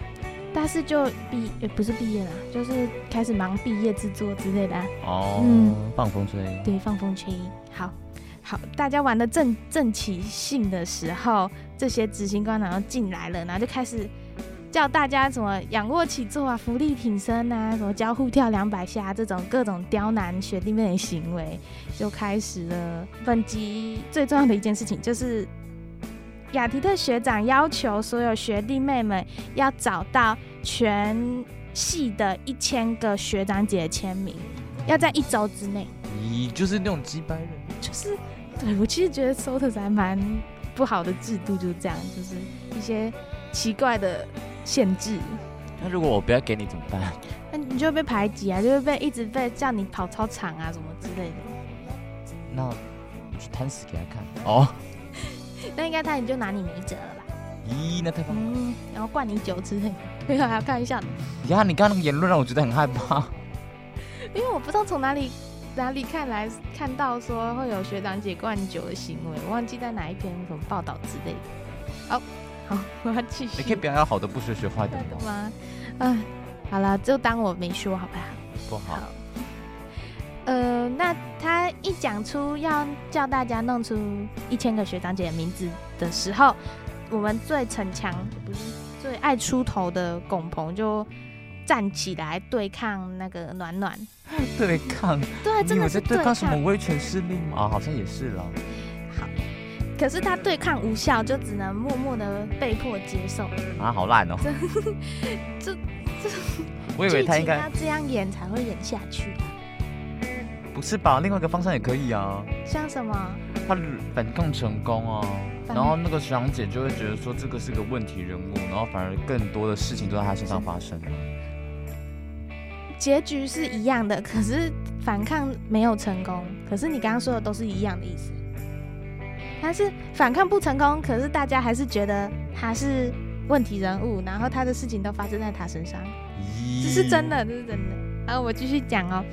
[SPEAKER 2] 大四就毕也不是毕业啦，就是开始忙毕业制作之类的、啊，
[SPEAKER 1] 哦，
[SPEAKER 2] 嗯
[SPEAKER 1] 放风吹。
[SPEAKER 2] 对，放风吹。好，好，大家玩的正正起兴的时候，这些执行官然后进来了，然后就开始叫大家什么仰卧起坐啊、浮力挺身啊、什么交互跳两百下、啊这种各种刁难学弟妹的行为，就开始了。本集最重要的一件事情就是雅迪特学长要求所有学弟妹们要找到全系的一千个学长姐的签名，要在一周之内。
[SPEAKER 1] 咦，就是那种鸡掰人，
[SPEAKER 2] 就是对我其实觉得 SOTUS 还蛮不好的制度，就是这样，就是一些奇怪的限制，
[SPEAKER 1] 那如果我不要给你怎么办？
[SPEAKER 2] 那你就会被排挤啊，就会被一直被叫你跑操场啊什么之类的。
[SPEAKER 1] 那我去摊死给他看。哦，
[SPEAKER 2] 那应该他也就拿你没辙了吧？
[SPEAKER 1] 咦，那太棒了！
[SPEAKER 2] 嗯，然后灌你酒之类的。 没有啊，开玩笑的，
[SPEAKER 1] 呀，你刚刚那个言论让我觉得很害怕。
[SPEAKER 2] 因为我不知道从哪里哪里看来看到说会有学长姐灌酒的行为，我忘记在哪一篇什么报道之类的。好，好，我要继续。
[SPEAKER 1] 哎你可以不要要好的不学，学坏的
[SPEAKER 2] 真的
[SPEAKER 1] 吗？
[SPEAKER 2] 吗？啊，好了，就当我没说，好不
[SPEAKER 1] 不
[SPEAKER 2] 好？
[SPEAKER 1] 好。
[SPEAKER 2] 呃，那他一讲出要叫大家弄出一千个学长姐的名字的时候，我们最逞强不是最爱出头的龚鹏就站起来对抗那个暖暖，
[SPEAKER 1] 对抗？
[SPEAKER 2] 嗯对，啊
[SPEAKER 1] 你
[SPEAKER 2] 真
[SPEAKER 1] 有
[SPEAKER 2] 的
[SPEAKER 1] 在
[SPEAKER 2] 是
[SPEAKER 1] 对抗
[SPEAKER 2] 抗
[SPEAKER 1] 什么威权势力吗？啊，好像也是了。
[SPEAKER 2] 可是他对抗无效，就只能默默的被迫接受。
[SPEAKER 1] 啊，好烂哦。
[SPEAKER 2] 这这
[SPEAKER 1] 我以为
[SPEAKER 2] 剧
[SPEAKER 1] 他
[SPEAKER 2] 情
[SPEAKER 1] 应该
[SPEAKER 2] 要这样演才会演下去啊，
[SPEAKER 1] 不是吧？另外一个方向也可以啊。
[SPEAKER 2] 像什么？
[SPEAKER 1] 他反抗成功哦，
[SPEAKER 2] 反
[SPEAKER 1] 然后那个学长姐就会觉得说这个是个问题人物，然后反而更多的事情都在他身上发生。
[SPEAKER 2] 结局是一样的，可是反抗没有成功。可是你刚刚说的都是一样的意思，但是反抗不成功，可是大家还是觉得他是问题人物，然后他的事情都发生在他身上，
[SPEAKER 1] 咦
[SPEAKER 2] 这是真。的，这是真的。然后我继续讲哦。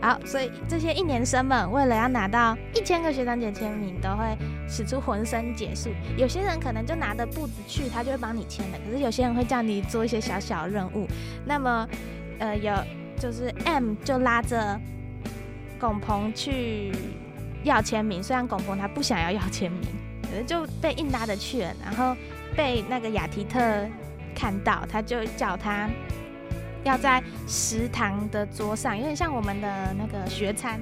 [SPEAKER 2] 好，所以这些一年生们为了要拿到一千个学长姐签名，都会使出浑身解数。有些人可能就拿着簿子去，他就会帮你签的。可是有些人会叫你做一些小小任务。那么，呃，有就是 M 就拉着龚鹏去要签名，虽然龚鹏他不想要要签名， 可是就被硬拉着去了。然后被那个雅提特看到，他就叫他要在食堂的桌上，有点像我们的那个学餐，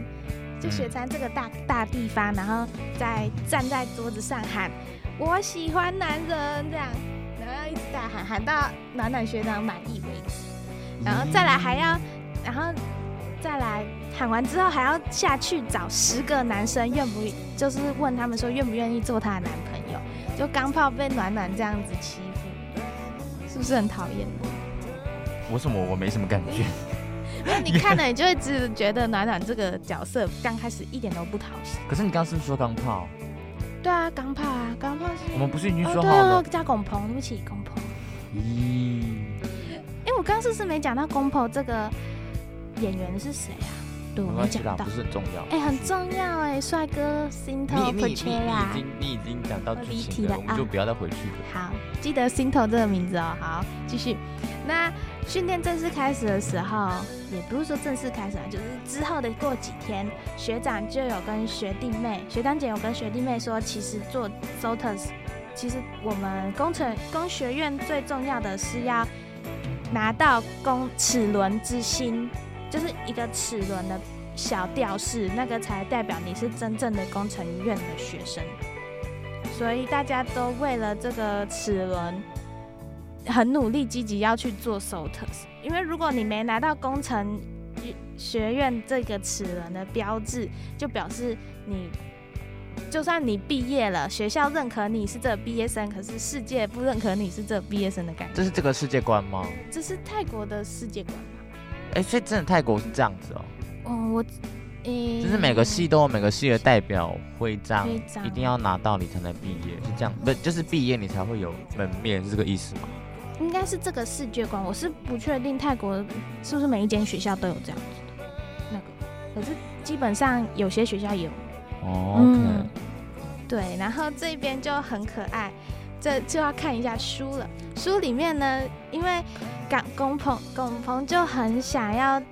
[SPEAKER 2] 就学餐这个大大地方，然后再站在桌子上喊“我喜欢男人”这样，然后要一直大喊，喊到暖暖学长满意为止，然后再来还要，然后再来喊完之后还要下去找十个男生愿不，就是问他们说愿不愿意做她的男朋友，就钢炮被暖暖这样子欺负，是不是很讨厌？
[SPEAKER 1] 为什么我没什么感
[SPEAKER 2] 嗯
[SPEAKER 1] 觉？
[SPEAKER 2] 因为你看了，你就会只觉得暖暖这个角色刚开始一点都不讨喜。
[SPEAKER 1] 可是你刚刚是不是说钢炮？
[SPEAKER 2] 对啊，钢炮啊，钢炮是
[SPEAKER 1] 我们不是已经
[SPEAKER 2] 哦，
[SPEAKER 1] 说
[SPEAKER 2] 对
[SPEAKER 1] 好了？
[SPEAKER 2] 哦，啊加龚鹏，对不起，龚鹏。
[SPEAKER 1] 咦，
[SPEAKER 2] 哎、我刚刚是不是没讲到龚鹏这个演员是谁啊？对，我
[SPEAKER 1] 没
[SPEAKER 2] 没
[SPEAKER 1] 关系
[SPEAKER 2] 讲
[SPEAKER 1] 啦，
[SPEAKER 2] 到
[SPEAKER 1] 不。是很重要。
[SPEAKER 2] 哎、很重要哎、帅哥 Cinto
[SPEAKER 1] 你你你
[SPEAKER 2] p
[SPEAKER 1] 已
[SPEAKER 2] c e r a
[SPEAKER 1] 经你已经讲到剧
[SPEAKER 2] 离题
[SPEAKER 1] 情
[SPEAKER 2] 了
[SPEAKER 1] 了，我们就
[SPEAKER 2] 啊
[SPEAKER 1] 不要再回去了。
[SPEAKER 2] 好，记得 Cinto 这个名字哦。好，继续。那训练正式开始的时候，也不是说正式开始啊，就是之后的过几天，学长就有跟学弟妹、学长姐有跟学弟妹说，其实做 SOTUS，其实我们工程工学院最重要的是要拿到工齿轮之心，就是一个齿轮的小吊饰，那个才代表你是真正的工程院的学生。所以大家都为了这个齿轮很努力、积极要去做 SOTUS，因为如果你没拿到工程学院这个齿轮的标志，就表示你就算你毕业了，学校认可你是这个毕业生，可是世界不认可你是这个毕业生的感觉。
[SPEAKER 1] 这是这个世界观吗？
[SPEAKER 2] 这是泰国的世界观吗？
[SPEAKER 1] 哎，所以真的泰国是这样子哦，
[SPEAKER 2] 嗯，我，诶、
[SPEAKER 1] 就是每个系都有每个系的代表徽章
[SPEAKER 2] 徽，章
[SPEAKER 1] 一定要拿到你才能毕业，是这样？不，就是毕业你才会有门面，是这个意思吗？
[SPEAKER 2] 应该是这个世界观，我是不确定泰国是不是每一间学校都有这样子的那个，可是基本上有些学校有。
[SPEAKER 1] 哦，OK
[SPEAKER 2] 嗯。对，然后这边就很可爱，这就要看一下书了。书里面呢，因为港龚鹏龚鹏就很想要，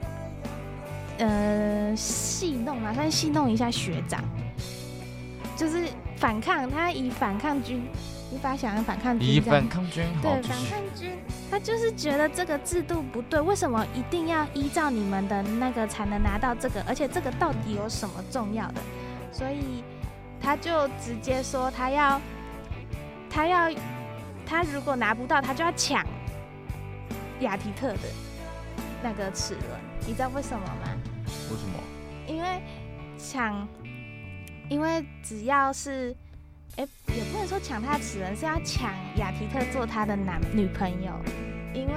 [SPEAKER 2] 呃，戏弄嘛，算戏弄一下学长，就是反抗，他以反抗军，你把他想要反抗军
[SPEAKER 1] 以
[SPEAKER 2] 这样
[SPEAKER 1] 反抗军好
[SPEAKER 2] 对，
[SPEAKER 1] 就
[SPEAKER 2] 反
[SPEAKER 1] 是
[SPEAKER 2] 叛军，他就是觉得这个制度不对，为什么一定要依照你们的那个才能拿到这个？而且这个到底有什么重要的？所以他就直接说他要他要他如果拿不到，他就要抢雅提特的那个齿轮，你知道为什么吗？
[SPEAKER 1] 为什么？
[SPEAKER 2] 因为抢，因为只要是，哎、也不能说抢他的齿轮，是要抢雅提特做他的男女朋友，因为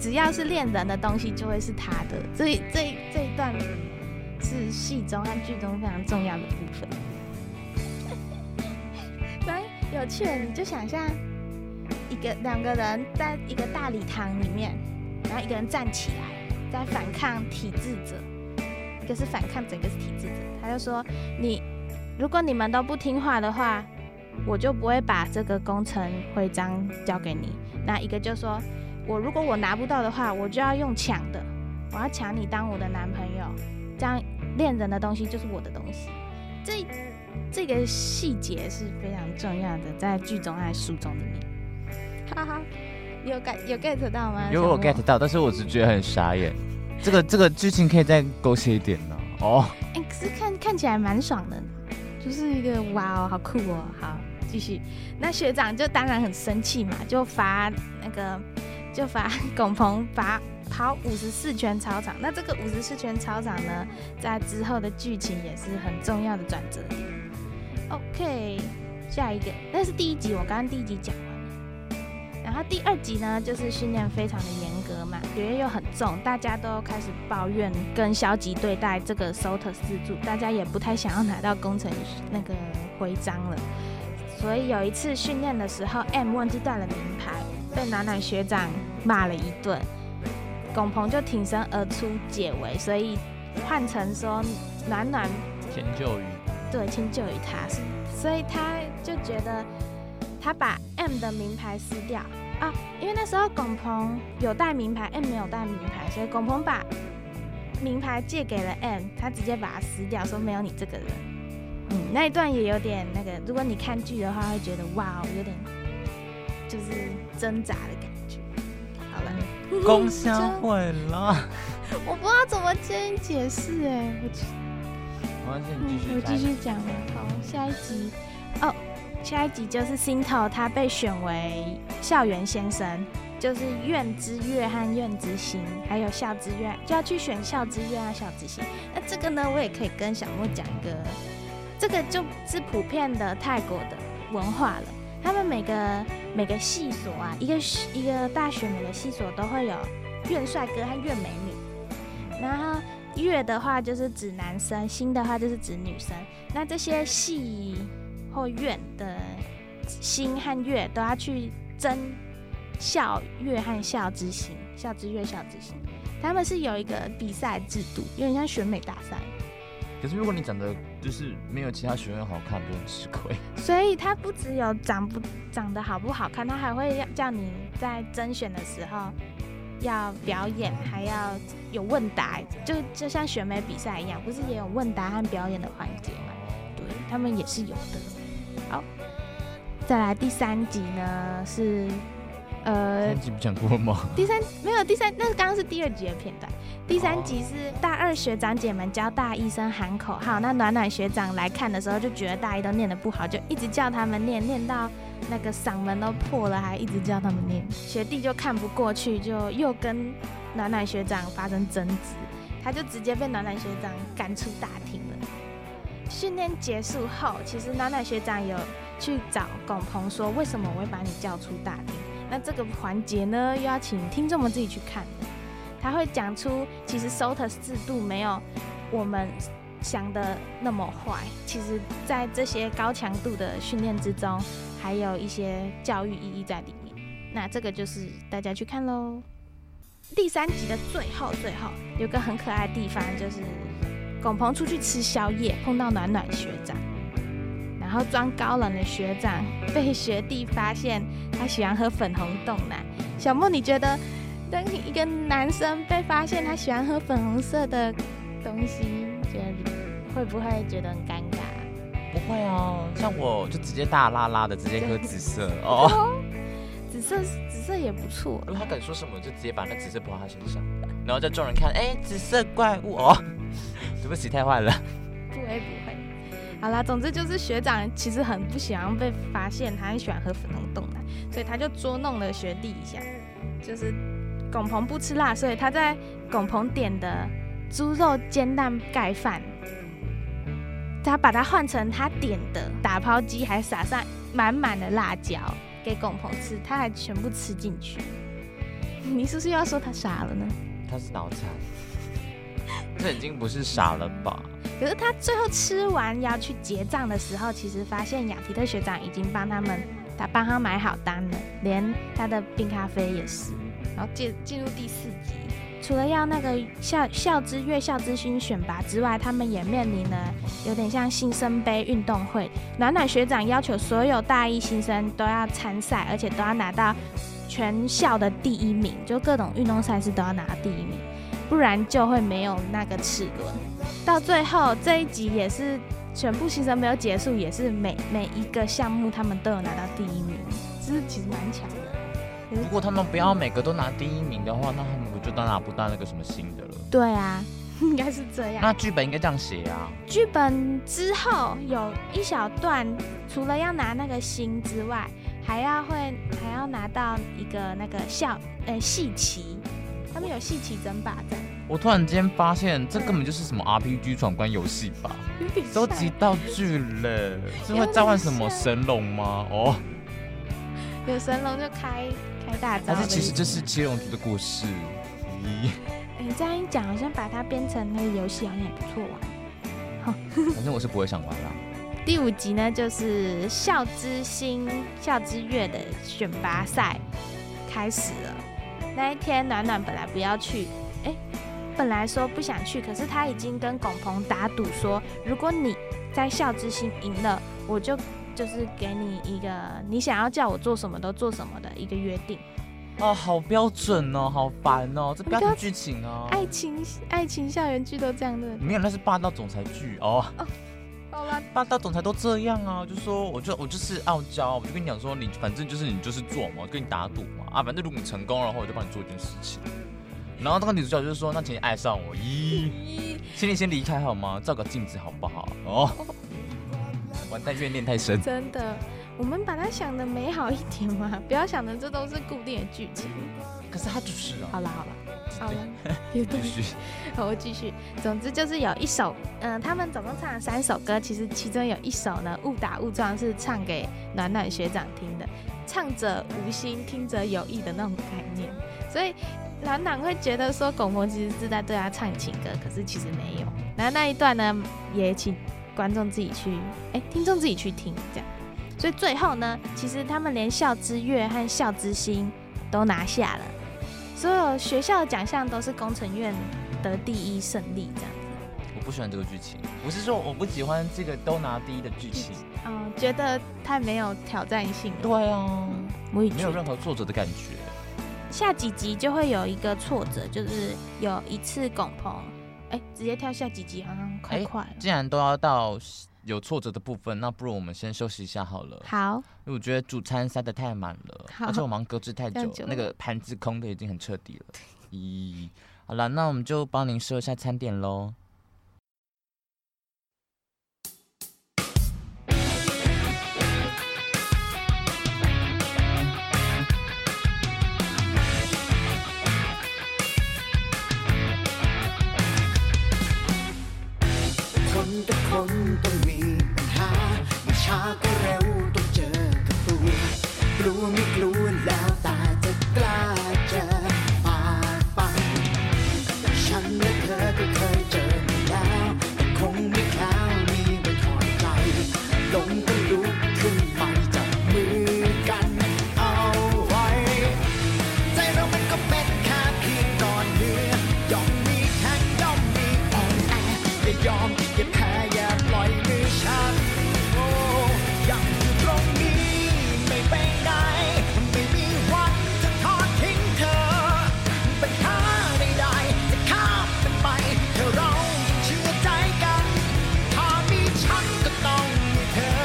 [SPEAKER 2] 只要是恋人的东西就会是他的。这一这一这一段是戏中和剧中非常重要的部分。 蛮有趣的，你就想象一个两个人在一个大礼堂里面，然后一个人站起来，在反抗体制者。一个是反抗整个是体制者，他就说你如果你们都不听话的话，我就不会把这个工程徽章交给你。那一个就说，我如果我拿不到的话，我就要用抢的，我要抢你当我的男朋友，这样恋人的东西就是我的东西。这这个细节是非常重要的，在剧中和书中里面。哈哈，你有 get 有 get 到吗？
[SPEAKER 1] 有我
[SPEAKER 2] 小莫
[SPEAKER 1] get 到，但是我只觉得很傻眼。这个这个剧情可以再狗血一点呢、哦，
[SPEAKER 2] 哎、可是看看起来蛮爽的，就是一个哇哦，好酷哦，好，继续。那学长就当然很生气嘛，就罚那个， 就罚龚鹏罚跑五十四圈操场。那这个五十四圈操场呢，在之后的剧情也是很重要的转折点。OK，下一个，那是第一集，我刚刚第一集讲完了。然后第二集呢，就是训练非常的严格嘛，学业又很重，大家都开始抱怨跟消极对待这个 SOT 四柱，大家也不太想要拿到工程那个徽章了。所以有一次训练的时候，M 忘记带了名牌，被暖暖学长骂了一顿，龚鹏就挺身而出解围，所以换成说暖暖
[SPEAKER 1] 田就宇
[SPEAKER 2] 对，迁就于他，所以他就觉得他把 M 的名牌撕掉啊，因为那时候龚鹏有带名牌，M 没有带名牌，所以龚鹏把名牌借给了 M，他直接把它撕掉，说没有你这个人。嗯，那一段也有点那个，如果你看剧的话，会觉得哇，哦，有点就是挣扎的感觉。好了，
[SPEAKER 1] 公啊相会啦。
[SPEAKER 2] 嗯我不知道怎么跟你解释哎、我觉得
[SPEAKER 1] 没关系，你
[SPEAKER 2] 嗯
[SPEAKER 1] 继，续
[SPEAKER 2] 我
[SPEAKER 1] 猜。
[SPEAKER 2] 继续讲了。好，下一集哦，下一集就是新头他被选为校园先生，就是院之月和院之星，还有校之月，就要去选校之月和校之星。那这个呢，我也可以跟小莫讲一个，这个就是普遍的泰国的文化了。他们每个每个系所啊，一个系一个大学每个系所都会有院帅哥和院美女，然后月的话就是指男生，星的话就是指女生。那这些系或院的星和月都要去争校月和校之星、校之月、校之星。他们是有一个比赛制度，有点像选美大赛，
[SPEAKER 1] 可是如果你长得就是没有其他学院好看，就很吃亏。
[SPEAKER 2] 所以他不只有长不长得好不好看，他还会要叫你在甄选的时候要表演，还要有问答，就就像选美比赛一样，不是也有问答和表演的环节吗？对他们也是有的。好，再来第三集呢是，呃
[SPEAKER 1] 上，集不讲过吗？
[SPEAKER 2] 第三没有第三，那刚刚是第二集的片段。第三集是大二学长姐们教大一生喊口号，那暖暖学长来看的时候就觉得大一都念得不好，就一直叫他们念，念到那个嗓门都破了，还一直叫他们念。学弟就看不过去，就又跟暖暖学长发生争执，他就直接被暖暖学长赶出大厅了。训练结束后，其实暖暖学长有去找龚鹏说，为什么我会把你叫出大厅？那这个环节呢，又要请听众们自己去看了。他会讲出，其实 SOTUS 制度没有我们想的那么坏。其实，在这些高强度的训练之中，还有一些教育意义在里面。那这个就是大家去看喽。第三集的最后，最后有个很可爱的地方，就是龚鹏出去吃宵夜，碰到暖暖学长，然后装高冷的学长被学弟发现他喜欢喝粉红冻奶。小莫，你觉得，当一个男生被发现他喜欢喝粉红色的东西，觉得会不会觉得很尴尬？
[SPEAKER 1] 不会啊，像我就直接大拉拉的直接喝紫色哦。
[SPEAKER 2] 紫色，紫色也不错。
[SPEAKER 1] 如果他敢说什么，就直接把那紫色泼到他身上，然后叫 众人看，哎，紫色怪物哦。对不起，太坏了。
[SPEAKER 2] 不会不会。好啦，总之就是学长其实很不喜欢被发现，他很喜欢喝粉红冻奶，所以他就捉弄了学弟一下。就是龚鹏不吃辣，所以他在龚鹏点的猪肉煎蛋盖饭，他把它换成他点的打抛鸡，还撒上满满的辣椒给龚鹏吃，他还全部吃进去。你是不是又要说他傻了呢？
[SPEAKER 1] 他是脑残，这已经不是傻了吧？
[SPEAKER 2] 可是他最后吃完要去结账的时候，其实发现雅皮特学长已经帮他们，他帮他买好单了，连他的冰咖啡也是。然后进进入第四集，除了要那个校校资月校资勋选拔之外，他们也面临了有点像新生杯运动会。暖暖学长要求所有大一新生都要参赛，而且都要拿到全校的第一名，就各种运动赛事都要拿到第一名，不然就会没有那个齿轮。到最后这一集也是全部新生没有结束，也是每每一个项目他们都有拿到第一名，这是其实蛮强的。
[SPEAKER 1] 如果他们不要每个都拿第一名的话，那他们不就都拿不到那个什么新的了？
[SPEAKER 2] 对啊，应该是这样。
[SPEAKER 1] 那剧本应该这样写啊，
[SPEAKER 2] 剧本之后有一小段，除了要拿那个星之外，还要会还要拿到一个那个校呃戏棋，他们有戏棋争霸战，
[SPEAKER 1] 我突然间发现这根本就是什么 RPG 闯关游戏吧，
[SPEAKER 2] 有点像
[SPEAKER 1] 收集道具嘞，是会召唤什么神龙吗？哦，
[SPEAKER 2] 有神龙就开开大招
[SPEAKER 1] 还
[SPEAKER 2] 的
[SPEAKER 1] 是
[SPEAKER 2] 意思。
[SPEAKER 1] 其实这是七龙珠的故事？咦，
[SPEAKER 2] 哎，这样一讲，好像把它编成那个游戏，好像也不错啊玩。
[SPEAKER 1] 反正我是不会想玩啦。
[SPEAKER 2] 第五集呢，就是校之星、校之月的选拔赛开始了。那一天，暖暖本来不要去，哎，本来说不想去，可是他已经跟龚鹏打赌说，如果你在校之星赢了，我就就是给你一个你想要叫我做什么都做什么的一个约定。
[SPEAKER 1] 哦，好标准哦，好烦哦，这标准剧情哦，
[SPEAKER 2] 爱情爱情校园剧都这 样的，
[SPEAKER 1] 没有，那是霸道总裁剧哦。
[SPEAKER 2] 好吧？
[SPEAKER 1] 霸道总裁都这样啊，就说我就我就是傲娇，我就跟你讲说你反正就是你就是做嘛，我跟你打赌嘛啊，反正如果你成功了的话，我就帮你做一件事情。然后那个女主角就是说，那请你爱上我，咦，请你先离开好吗？照个镜子好不好？哦，完蛋，怨念太深。
[SPEAKER 2] 真的，我们把它想的美好一点嘛，不要想的这都是固定的剧情。
[SPEAKER 1] 可是他就是啊，
[SPEAKER 2] 好了好了好了， 也对
[SPEAKER 1] 必，须
[SPEAKER 2] 好，我继续。总之就是有一首，嗯、他们总共唱了三首歌，其实其中有一首呢，误打误撞是唱给暖暖学长听的，唱者无心，听者有意的那种概念。所以暖暖会觉得说，巩巩其实是在对他唱情歌，可是其实没有。然后那一段呢，也请观众自己去，哎、听众自己去听，这样。所以最后呢，其实他们连校之月和校之星都拿下了。所有学校的奖项都是工程院得第一胜利这样子。
[SPEAKER 1] 我不喜欢这个剧情，我是说我不喜欢这个都拿第一的剧情。
[SPEAKER 2] 嗯，觉得太没有挑战性了。
[SPEAKER 1] 对啊，
[SPEAKER 2] 我也
[SPEAKER 1] 没
[SPEAKER 2] 觉
[SPEAKER 1] 有
[SPEAKER 2] 得。
[SPEAKER 1] 任何作者的感觉。
[SPEAKER 2] 下几集就会有一个挫折，就是有一次拱鹏，哎、直接跳下几集好像快
[SPEAKER 1] 哎
[SPEAKER 2] 快了。
[SPEAKER 1] 既然都要到有挫折的部分，那不如我们先休息一下好了。
[SPEAKER 2] 好，
[SPEAKER 1] 因为我觉得主餐塞得太满了，
[SPEAKER 2] 好
[SPEAKER 1] 而且我忙搁置太久
[SPEAKER 2] 这
[SPEAKER 1] 了
[SPEAKER 2] 样久，
[SPEAKER 1] 那个盘子空的已经很彻底了。咦，好了，那我们就帮您说一下餐点喽。
[SPEAKER 4] คนทุกคนต้องมีปัญหาไม่ช้าก็เร็วต้องเจอกับตัว กลัวไม่กลัวแล้วแต่จะกล้าเจอป่าไปฉันและเธอก็เคยเจอมาแล้วแต่คงไม่แคล้วมีไม่ถอนใจลงก็ลุกขึ้นไปจับมือกันเอาไว้ ใจเรามันก็เป็นแค่เพียงก่อนเนื้อย่อมมีแข็งย่อมมีอ่อนแออย่ายอมอย่าแพ้อย่าปล่อยมือฉันโอ้ยังอยู่ตรงนี้ไม่ไปไหนไม่มีวันจะทอดทิ้งเธอปัญหาใดๆจะข้ามมันไปเธอเรายังเชื่อใจกัน ถ้ามีฉันก็ต้องมีเธอ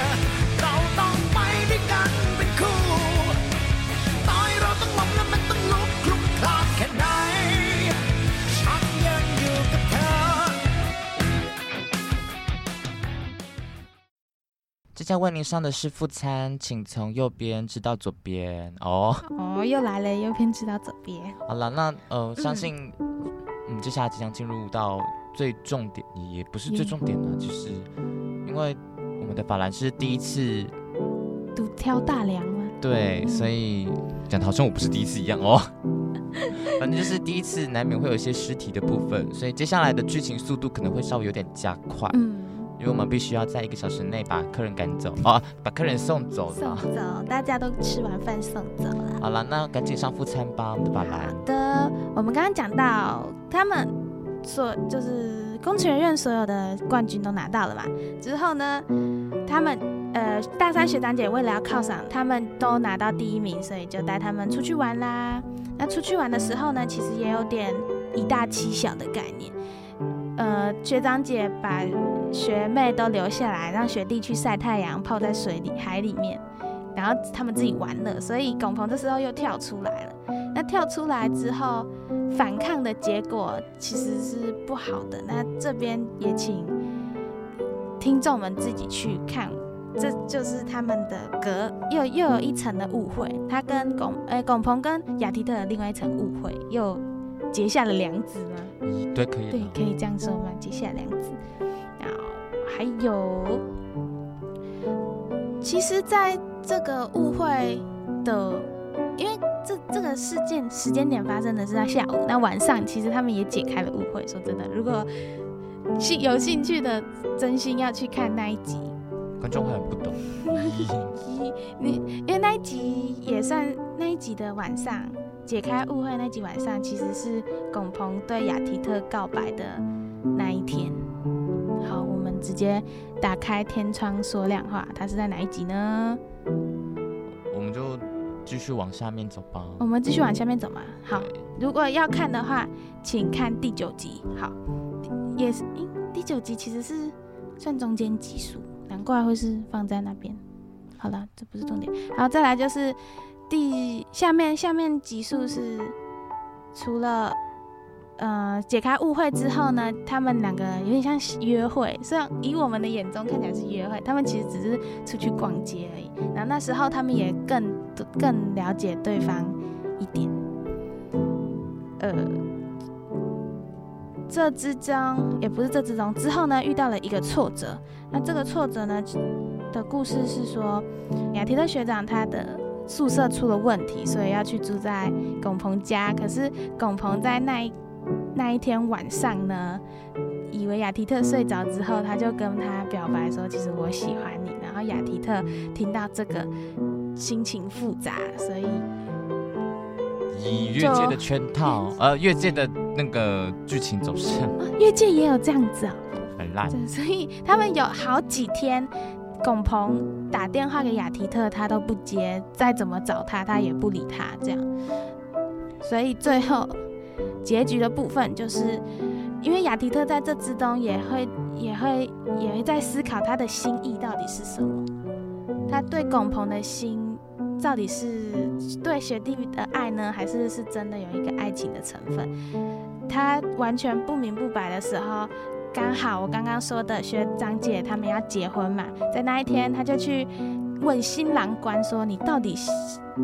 [SPEAKER 4] เราต้องไปด้วยกันเป็นคู่ ตายเราต้องล้มและมันต้องลุกคลุกคลานแค่ไหน ฉันยังอยู่กับเธอ ฉ
[SPEAKER 1] 这家为您上的是副餐，请从右边直到左边。哦，
[SPEAKER 2] 哦，又来了，右边指导左边。
[SPEAKER 1] 好了，那呃，相信嗯，接下来即将进入到最重点，也不是最
[SPEAKER 2] 嗯
[SPEAKER 1] 重点呢、就是因为我们的法兰是第一次，
[SPEAKER 2] 独挑大梁吗？
[SPEAKER 1] 对，所以讲的好像我不是第一次一样哦。 反正就是第一次，难免会有一些尸体的部分，所以接下来的剧情速度可能会稍微有点加快，
[SPEAKER 2] 嗯，
[SPEAKER 1] 因为我们必须要在一个小时内把客人赶走哦，把客人送走
[SPEAKER 2] 送
[SPEAKER 1] 了。
[SPEAKER 2] 走，大家都吃完饭送走了。
[SPEAKER 1] 好了，那赶紧上副餐吧，我们的法兰
[SPEAKER 2] 好。的，我们刚刚讲到他们所就是工程学院所有的冠军都拿到了嘛，之后呢，他们呃大三学长姐为了要犒赏他们都拿到第一名，所以就带他们出去玩啦。那出去玩的时候呢，其实也有点以大欺小的概念。呃，学长姐把学妹都留下来，让学弟去晒太阳，泡在水里、海里面，然后他们自己玩乐。所以龚鹏这时候又跳出来了。那跳出来之后，反抗的结果其实是不好的。那这边也请听众们自己去看，这就是他们的隔又又有一层的误会。他跟龚呃龚鹏跟雅提特的另外一层误会，又结下了梁子吗？
[SPEAKER 1] 咦，对，可以
[SPEAKER 2] 对
[SPEAKER 1] 了，。
[SPEAKER 2] 可以这样说吗？接下来两子，然后还有，其实在这个误会的，因为这这个事件时间点发生的是在下午，那晚上其实他们也解开了误会。说真的，如果兴有兴趣的，真心要去看那一集，
[SPEAKER 1] 观众会很不懂。
[SPEAKER 2] 一，你因为那一集也算那一集的晚上解开误会那集晚上，其实是龚鹏对雅提特告白的那一天。好，我们直接打开天窗说亮话，它是在哪一集呢？
[SPEAKER 1] 我们就继续往下面走吧。
[SPEAKER 2] 我们继续往下面走嘛。嗯好，
[SPEAKER 1] 对
[SPEAKER 2] 如果要看的话，请看第九集。好，也是，诶第九集其实是算中间集数，难怪会是放在那边。好了，这不是重点。然后再来就是第下面下面集数是除了呃解开误会之后呢，他们两个有点像是约会，虽然以我们的眼中看起来是约会，他们其实只是出去逛街而已。然后那时候他们也更更了解对方一点。呃，这之中也不是这之中，之后呢遇到了一个挫折。那这个挫折呢的故事是说，雅提特学长他的宿舍出了问题，所以要去住在龚鹏家。可是龚鹏在那一那一天晚上呢，以为雅提特睡着之后，他就跟他表白说：“其实我喜欢你。”然后雅提特听到这个，心情复杂，所以
[SPEAKER 1] 以越界的圈套，呃，越界的那个剧情走向
[SPEAKER 2] 啊，越界也有这样子哦。
[SPEAKER 1] 很烂。
[SPEAKER 2] 对，所以他们有好几天，龚鹏打电话给雅提特，他都不接，再怎么找他，他也不理他，这样。所以最后结局的部分，就是因为雅提特在这之中也会也会也会在思考他的心意到底是什么，他对龚鹏的心。到底是对学弟的爱呢，还是是真的有一个爱情的成分？他完全不明不白的时候，刚好我刚刚说的学长姐他们要结婚嘛，在那一天他就去问新郎官说：“你到底喜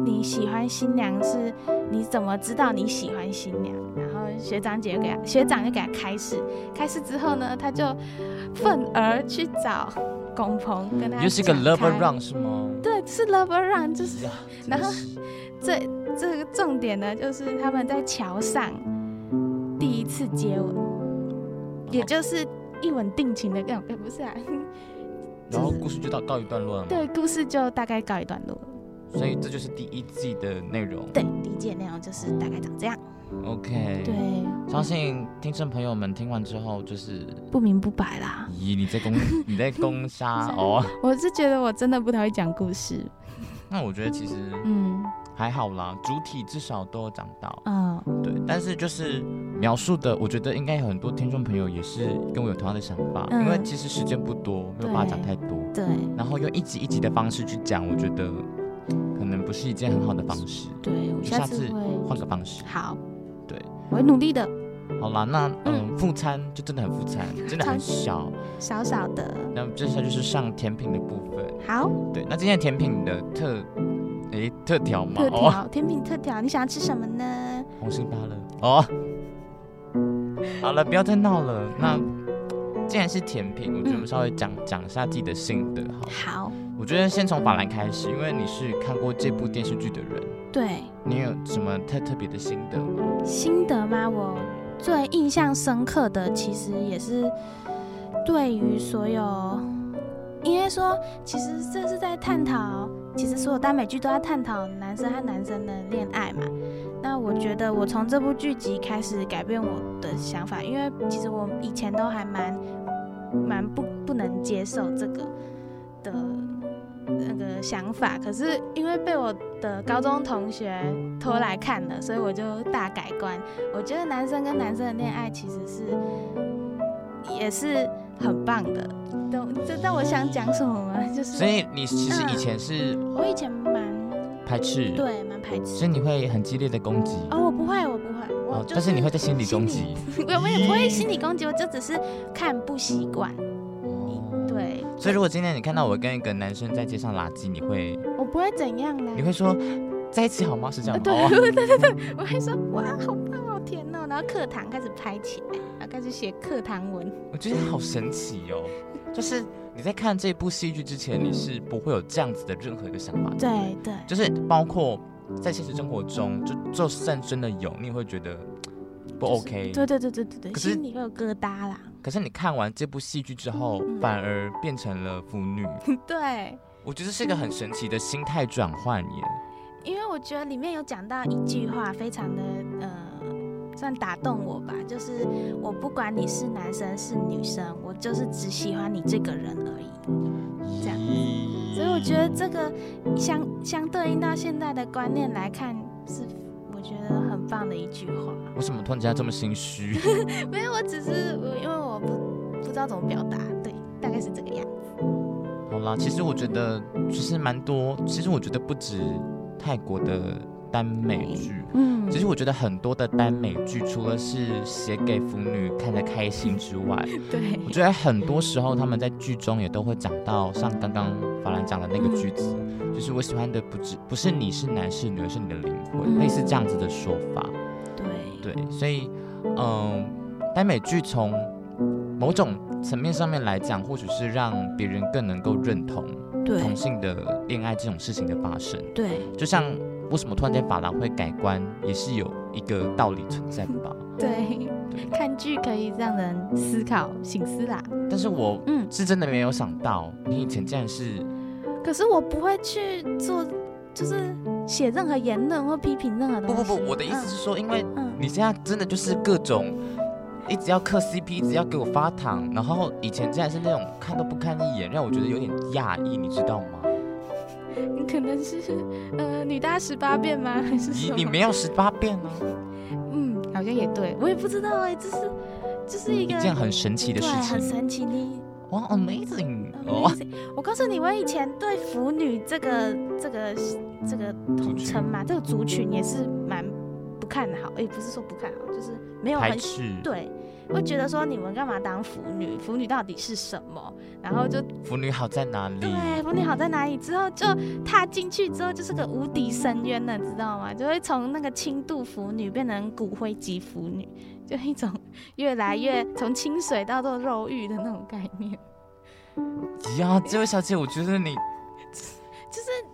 [SPEAKER 2] 你喜欢新娘是？你怎么知道你喜欢新娘？”然后学长姐给他学长就给他开示，开示之后呢，他就愤而去找龚鹏跟他
[SPEAKER 1] 又是一个
[SPEAKER 2] 讲
[SPEAKER 1] love
[SPEAKER 2] 开
[SPEAKER 1] run 是吗？
[SPEAKER 2] 对，是 love around，就是
[SPEAKER 1] 呀，
[SPEAKER 2] 然后
[SPEAKER 1] 真是
[SPEAKER 2] 最这个重点呢，就是他们在桥上第一次接吻，也就是一吻定情的那种，呃不是啊，
[SPEAKER 1] 然后故事就到告一段落了嘛。
[SPEAKER 2] 对，故事就大概告一段落了。
[SPEAKER 1] 所以这就是第一季的内容。
[SPEAKER 2] 对，理解内容就是大概长这样。
[SPEAKER 1] OK，
[SPEAKER 2] 对，
[SPEAKER 1] 相信听众朋友们听完之后，就是
[SPEAKER 2] 不明不白啦。
[SPEAKER 1] 咦，你在 攻你在攻杀
[SPEAKER 2] 攻杀
[SPEAKER 1] 哦。
[SPEAKER 2] 我是觉得我真的不太会讲故事。
[SPEAKER 1] 那我觉得其实
[SPEAKER 2] 嗯
[SPEAKER 1] 还好啦，主体至少都有讲到。
[SPEAKER 2] 嗯，
[SPEAKER 1] 对，但是就是描述的，我觉得应该有很多听众朋友也是跟我有同样的想法，
[SPEAKER 2] 嗯
[SPEAKER 1] 因为其实时间不多，没有办法讲太多。
[SPEAKER 2] 对
[SPEAKER 1] 然后用一集一集的方式去讲，我觉得可能不是一件很好的方式，
[SPEAKER 2] 对，我
[SPEAKER 1] 就
[SPEAKER 2] 下
[SPEAKER 1] 下
[SPEAKER 2] 次
[SPEAKER 1] 次
[SPEAKER 2] 会
[SPEAKER 1] 换个方式。
[SPEAKER 2] 好。
[SPEAKER 1] 对，
[SPEAKER 2] 我会努力的。嗯
[SPEAKER 1] 好啦，那嗯，副餐就真的很副餐，真的很小，
[SPEAKER 2] 少少的。
[SPEAKER 1] 那接下来就是上甜品的部分。
[SPEAKER 2] 好，
[SPEAKER 1] 对，那今天的甜品的特诶特调嘛，
[SPEAKER 2] 特
[SPEAKER 1] 哦，
[SPEAKER 2] 调甜品特调，你想要吃什么呢？
[SPEAKER 1] 红心芭乐哦。好了，不要再闹了。那既然是甜品，
[SPEAKER 2] 嗯
[SPEAKER 1] 我觉得我们稍微讲讲一下自己的心得好了。
[SPEAKER 2] 好，
[SPEAKER 1] 我觉得先从法兰开始，因为你是看过这部电视剧的人，
[SPEAKER 2] 对，
[SPEAKER 1] 你有什么特特别的心得吗？
[SPEAKER 2] 心得吗？我最印象深刻的，其实也是对于所有，应该说，其实这是在探讨，其实所有耽美剧都在探讨男生和男生的恋爱嘛。那我觉得我从这部剧集开始改变我的想法，因为其实我以前都还蛮蛮不不能接受这个的呃那个想法，可是因为被我的高中同学拖来看了，所以我就大改观。我觉得男生跟男生的恋爱其实是也是很棒的。懂知道我想讲什么吗？就是
[SPEAKER 1] 所以你其实以前是
[SPEAKER 2] 我以前蛮
[SPEAKER 1] 排斥，，
[SPEAKER 2] 对蛮排斥
[SPEAKER 1] 所以你会很激烈的攻击，
[SPEAKER 2] 哦，我不会，我不会，我
[SPEAKER 1] 哦
[SPEAKER 2] 就
[SPEAKER 1] 但是你会在心里攻
[SPEAKER 2] 心
[SPEAKER 1] 击。
[SPEAKER 2] 我我也不会心理攻击，我就只是看不习惯。
[SPEAKER 1] 哦，
[SPEAKER 2] 对，
[SPEAKER 1] 所以如果今天你看到我跟一个男生在街上拉鸡，你会
[SPEAKER 2] 我不会怎样啦。
[SPEAKER 1] 你会说在一起好吗？是这样吗？
[SPEAKER 2] 呃对
[SPEAKER 1] 哦
[SPEAKER 2] 我会说哇，好棒，好甜哦。然后课堂开始拍起来，然后开始写课堂文。
[SPEAKER 1] 我觉得好神奇哦，就是你在看这部戏剧之前，你是不会有这样子的任何一个想法的。
[SPEAKER 2] 对对，
[SPEAKER 1] 就是包括在现实生活中，就就算真的有，你也会觉得嘖不
[SPEAKER 2] 就是
[SPEAKER 1] OK。
[SPEAKER 2] 对对对对对对，
[SPEAKER 1] 可是
[SPEAKER 2] 心里会有疙瘩啦。
[SPEAKER 1] 可是你看完这部戏剧之后，
[SPEAKER 2] 嗯
[SPEAKER 1] 反而变成了腐女，
[SPEAKER 2] 对，
[SPEAKER 1] 我觉得是一个很神奇的心态转换耶。
[SPEAKER 2] 因为我觉得里面有讲到一句话，非常的呃，算打动我吧，就是我不管你是男生是女生，我就是只喜欢你这个人而已。这样
[SPEAKER 1] 咦
[SPEAKER 2] 所以我觉得这个相相对应到现在的观念来看，是我觉得很棒的一句话。
[SPEAKER 1] 为什么突然间这么心虚？
[SPEAKER 2] 没有，我只是我因为我不不知道怎么表达，对，大概是这个样子。
[SPEAKER 1] 好啦，其实我觉得其实蛮多，其实我觉得不止泰国的耽美剧。
[SPEAKER 2] 嗯
[SPEAKER 1] 其实我觉得很多的耽美剧，除了是写给腐女看得开心之外，
[SPEAKER 2] 对
[SPEAKER 1] 我觉得很多时候他们在剧中也都会讲到，像刚刚法兰讲的那个句子，就是我喜欢的不只不是你是男是女，而是你的灵魂，
[SPEAKER 2] 嗯
[SPEAKER 1] 类似这样子的说法。
[SPEAKER 2] 对
[SPEAKER 1] 对，所以嗯，耽美剧从某种层面上面来讲，或许是让别人更能够认同同性的恋爱这种事情的发生。
[SPEAKER 2] 对
[SPEAKER 1] 就像为什么突然间法兰会改观，也是有一个道理存在 吧。对
[SPEAKER 2] 对，看剧可以让人思考、醒思啦。
[SPEAKER 1] 但是我
[SPEAKER 2] 嗯，
[SPEAKER 1] 是真的没有想到，你以前竟然是。
[SPEAKER 2] 可是我不会去做，就是写任何言论或批评任何
[SPEAKER 1] 不
[SPEAKER 2] 东
[SPEAKER 1] 不
[SPEAKER 2] 西。
[SPEAKER 1] 不，我的意思是说，因为
[SPEAKER 2] 嗯，嗯，
[SPEAKER 1] 你现在真的就是各种一直要磕 CP，一直要给我发糖，然后以前竟然是那种看都不看一眼，让我觉得有点讶异，你知道吗？
[SPEAKER 2] 你可能是呃女大十八变吗？还是
[SPEAKER 1] 你
[SPEAKER 2] 什么？
[SPEAKER 1] 你没有十八变啊呢、
[SPEAKER 2] 嗯，好像也对，我也不知道哎、这是这是一
[SPEAKER 1] 一
[SPEAKER 2] 个
[SPEAKER 1] 件很神奇的
[SPEAKER 2] 对
[SPEAKER 1] 事
[SPEAKER 2] 很
[SPEAKER 1] 情，
[SPEAKER 2] 神奇你
[SPEAKER 1] 哇，amazing 哦，
[SPEAKER 2] Amazing 我告诉你，我以前对腐女这个这个这个统称嘛，这个族群也是蛮不看好，也不是说不看好，就是没有
[SPEAKER 1] 排
[SPEAKER 2] 很
[SPEAKER 1] 斥
[SPEAKER 2] 对，会觉得说你们干嘛当腐女？腐女到底是什么？然后就
[SPEAKER 1] 腐女好在哪里？
[SPEAKER 2] 对腐女好在哪里？之后就踏进去之后就是个无底深渊了，知道吗？就会从那个轻度腐女变成骨灰级腐女，就一种越来越从清水到做肉欲的那种概念。
[SPEAKER 1] 呀，啊这位小姐，我觉得你，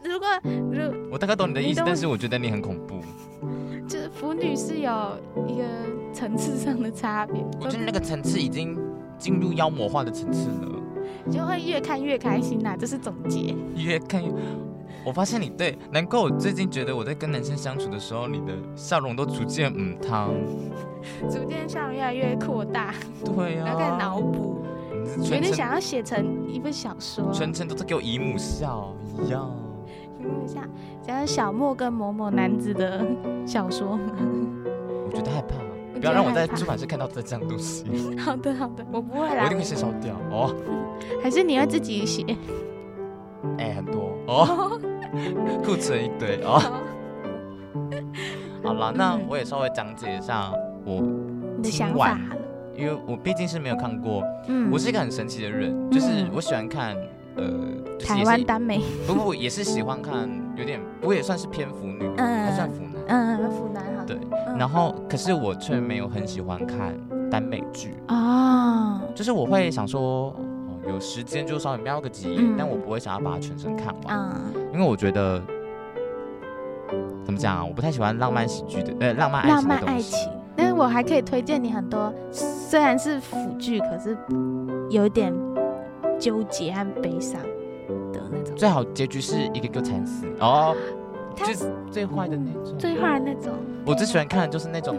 [SPEAKER 2] 如果如
[SPEAKER 1] 我大概懂你的意
[SPEAKER 2] 你
[SPEAKER 1] 思，
[SPEAKER 2] 懂
[SPEAKER 1] 但是我觉得你很恐怖。
[SPEAKER 2] 就是腐女是有一个层次上的差别，
[SPEAKER 1] 我觉得那个层次已经进入妖魔化的层次了。
[SPEAKER 2] 就会越看越开心啦，这是总结。
[SPEAKER 1] 越看越，我发现你对，难怪我最近觉得我在跟男生相处的时候，你的笑容都逐渐嗯汤。
[SPEAKER 2] 逐渐上越来越扩大，
[SPEAKER 1] 对呀、
[SPEAKER 2] 然后开始脑补，
[SPEAKER 1] 你是
[SPEAKER 2] 有
[SPEAKER 1] 全
[SPEAKER 2] 点
[SPEAKER 1] 程
[SPEAKER 2] 想要写成一本小说，
[SPEAKER 1] 全程都在给我姨母笑一样。
[SPEAKER 2] 因为像像小莫跟某某男子的
[SPEAKER 1] 嗯
[SPEAKER 2] 小说。
[SPEAKER 1] 我觉得害怕，不
[SPEAKER 2] 我
[SPEAKER 1] 要
[SPEAKER 2] 觉得
[SPEAKER 1] 让我
[SPEAKER 2] 害
[SPEAKER 1] 在
[SPEAKER 2] 怕
[SPEAKER 1] 出版社看到这这样东 西，
[SPEAKER 2] 好的好的，我不会
[SPEAKER 1] 我一
[SPEAKER 2] 啦
[SPEAKER 1] 定，会先烧掉哦。
[SPEAKER 2] 还是你会自己写。
[SPEAKER 1] 哎、很多 哦， 库存一堆哦。好啦，那
[SPEAKER 2] 嗯
[SPEAKER 1] 我也稍微讲解一下我
[SPEAKER 2] 你的想
[SPEAKER 1] 今
[SPEAKER 2] 法
[SPEAKER 1] 晚
[SPEAKER 2] 好了，
[SPEAKER 1] 因因为我毕竟是没有看过。
[SPEAKER 2] 嗯，
[SPEAKER 1] 我是一个很神奇的人，就是
[SPEAKER 2] 嗯
[SPEAKER 1] 我喜欢看呃，就是也
[SPEAKER 2] 台
[SPEAKER 1] 是
[SPEAKER 2] 湾耽美，
[SPEAKER 1] 不不不也是喜欢看，有点我也算是偏腐女，
[SPEAKER 2] 嗯
[SPEAKER 1] 她算腐男。
[SPEAKER 2] 嗯，腐男哈，
[SPEAKER 1] 对
[SPEAKER 2] 嗯
[SPEAKER 1] 然后，可是我却没有很喜欢看耽美剧，
[SPEAKER 2] 哦，
[SPEAKER 1] 就是我会想说，哦，有时间就稍微瞄个几眼，
[SPEAKER 2] 嗯
[SPEAKER 1] 但我不会想要把它全身看完，
[SPEAKER 2] 嗯，
[SPEAKER 1] 因为我觉得怎么讲啊，我不太喜欢浪漫喜剧的，呃，浪漫爱
[SPEAKER 2] 浪
[SPEAKER 1] 情的
[SPEAKER 2] 漫
[SPEAKER 1] 东
[SPEAKER 2] 爱
[SPEAKER 1] 西。
[SPEAKER 2] 情。但是我还可以推荐你很多，虽然是腐剧，可是有一点纠结和悲伤的那种，
[SPEAKER 1] 最好结局是一个个惨死哦，
[SPEAKER 2] 它
[SPEAKER 1] 就是最坏的那种。
[SPEAKER 2] 最坏的那种。
[SPEAKER 1] 我最喜欢看的就是那种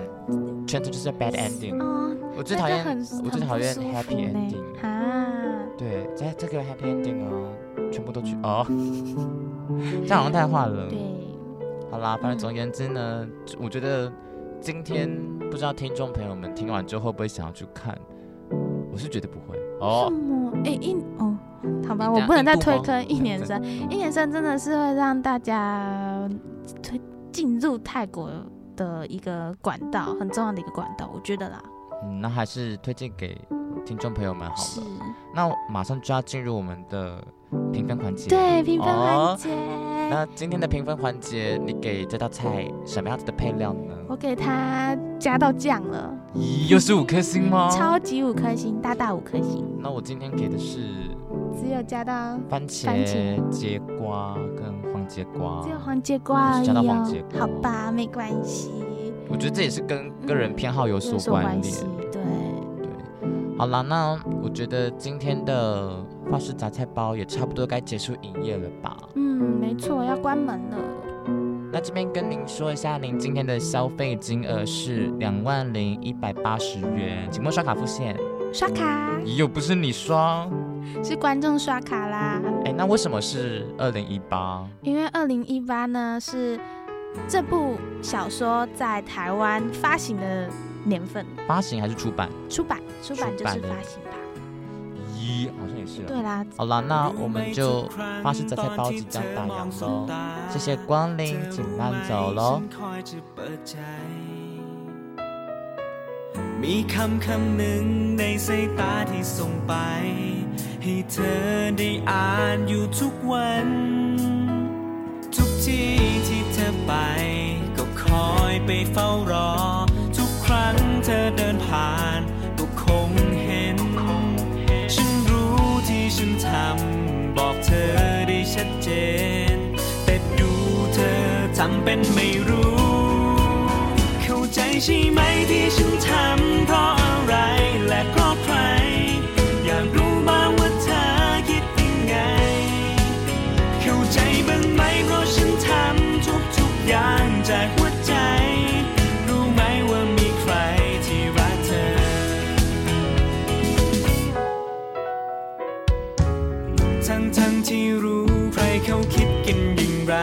[SPEAKER 1] 全程就是 bad ending，
[SPEAKER 2] 哦，
[SPEAKER 1] 我最
[SPEAKER 2] 那
[SPEAKER 1] 讨
[SPEAKER 2] 个
[SPEAKER 1] 厌
[SPEAKER 2] 很，
[SPEAKER 1] 我最
[SPEAKER 2] 很
[SPEAKER 1] 讨
[SPEAKER 2] 不
[SPEAKER 1] 厌
[SPEAKER 2] 舒服
[SPEAKER 1] happy
[SPEAKER 2] 呢
[SPEAKER 1] ending。
[SPEAKER 2] 啊，
[SPEAKER 1] 对，这这个 happy ending 哦，全部都去哦， 这样好像太坏了。
[SPEAKER 2] 对，
[SPEAKER 1] 好啦，反正总而言之呢，我觉得今天不知道听众朋友们听完之后会不会想要去看，我是觉得不会
[SPEAKER 2] 什
[SPEAKER 1] 哦。
[SPEAKER 2] 么？哎、一哦，好吧，
[SPEAKER 1] 你
[SPEAKER 2] 我
[SPEAKER 1] 等
[SPEAKER 2] 不能
[SPEAKER 1] 下一
[SPEAKER 2] 再
[SPEAKER 1] 步
[SPEAKER 2] 推
[SPEAKER 1] 吗
[SPEAKER 2] 坑一年生，一年生真的是会让大家推进入泰国的一个管道，很重要的一个管道，我觉得啦。
[SPEAKER 1] 嗯，那还是推荐给听众朋友们好
[SPEAKER 2] 是
[SPEAKER 1] 了。，那我马上就要进入我们的评分环节。
[SPEAKER 2] 对，评分环
[SPEAKER 1] 哦
[SPEAKER 2] 节，
[SPEAKER 1] 那今天的评分环节，你给这道菜什么样子的配料呢？
[SPEAKER 2] 我给它加到酱了，
[SPEAKER 1] 咦，又是五颗星吗？
[SPEAKER 2] 超级五颗星，大大五颗星，
[SPEAKER 1] 那我今天给的是
[SPEAKER 2] 只有加到
[SPEAKER 1] 番茄、
[SPEAKER 2] 番茄
[SPEAKER 1] 节瓜跟黄节瓜。
[SPEAKER 2] 只有黄节瓜而
[SPEAKER 1] 我
[SPEAKER 2] 已
[SPEAKER 1] 是加到黄节
[SPEAKER 2] 哦，
[SPEAKER 1] 瓜
[SPEAKER 2] 好吧，没关系，
[SPEAKER 1] 我觉得这也是跟个人偏好有所
[SPEAKER 2] 嗯有所
[SPEAKER 1] 关
[SPEAKER 2] 关
[SPEAKER 1] 联
[SPEAKER 2] 系。，对，
[SPEAKER 1] 对，好啦，那我觉得今天的法式杂菜包也差不多该结束营业了吧？
[SPEAKER 2] 嗯，没错，要关门了。
[SPEAKER 1] 那这边跟您说一下，您今天的消费金额是两万零一百八十元，请问刷卡付现？
[SPEAKER 2] 刷卡
[SPEAKER 1] 咦，又不是你刷，
[SPEAKER 2] 是观众刷卡啦，
[SPEAKER 1] 哎，那为什么是二零一八？
[SPEAKER 2] 因为二零一八呢是这部小说在台湾发行的年份，
[SPEAKER 1] 发行还是出版？
[SPEAKER 2] 出版出版就
[SPEAKER 1] 出版
[SPEAKER 2] 是
[SPEAKER 1] 的
[SPEAKER 2] 发行吧。
[SPEAKER 1] 咦，好像也是。啊
[SPEAKER 2] 对啦，
[SPEAKER 1] 好啦，那我们就法式杂菜包即将打烊喽，谢谢光临，请慢走喽。
[SPEAKER 3] ฉันคอยจะเปิดใจ มีคำคำหนึ่งในสายตาที่ส่งไป ให้เธอได้อ่านอยู่ทุกวัน ทุกที่ที่เธอไป ก็คอยไปเฝ้ารอ ทุกครั้งเธอเดินผ่านก็คงเห็น ฉันรู้ที่ฉันทำ บอกเธอได้ชัดเจน แต่ดูเธอทำเป็นไม่รู้ เข้าใจใช่ไหมที่ฉันทำ เพราะอะไรและเพราะใคร อยากรู้บ้างว่าเธอคิดยังไง เข้าใจบ้างไหมเพราะฉันทำทุกทุกๆอย่างจากหัวใจ รู้ไหมว่ามีใครที่รักเธอ ทั้งทั้งๆที่รู้ใครเขาคิดกันอย่างไร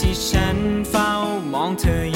[SPEAKER 3] ที่ฉันเฝ้ามองเธอ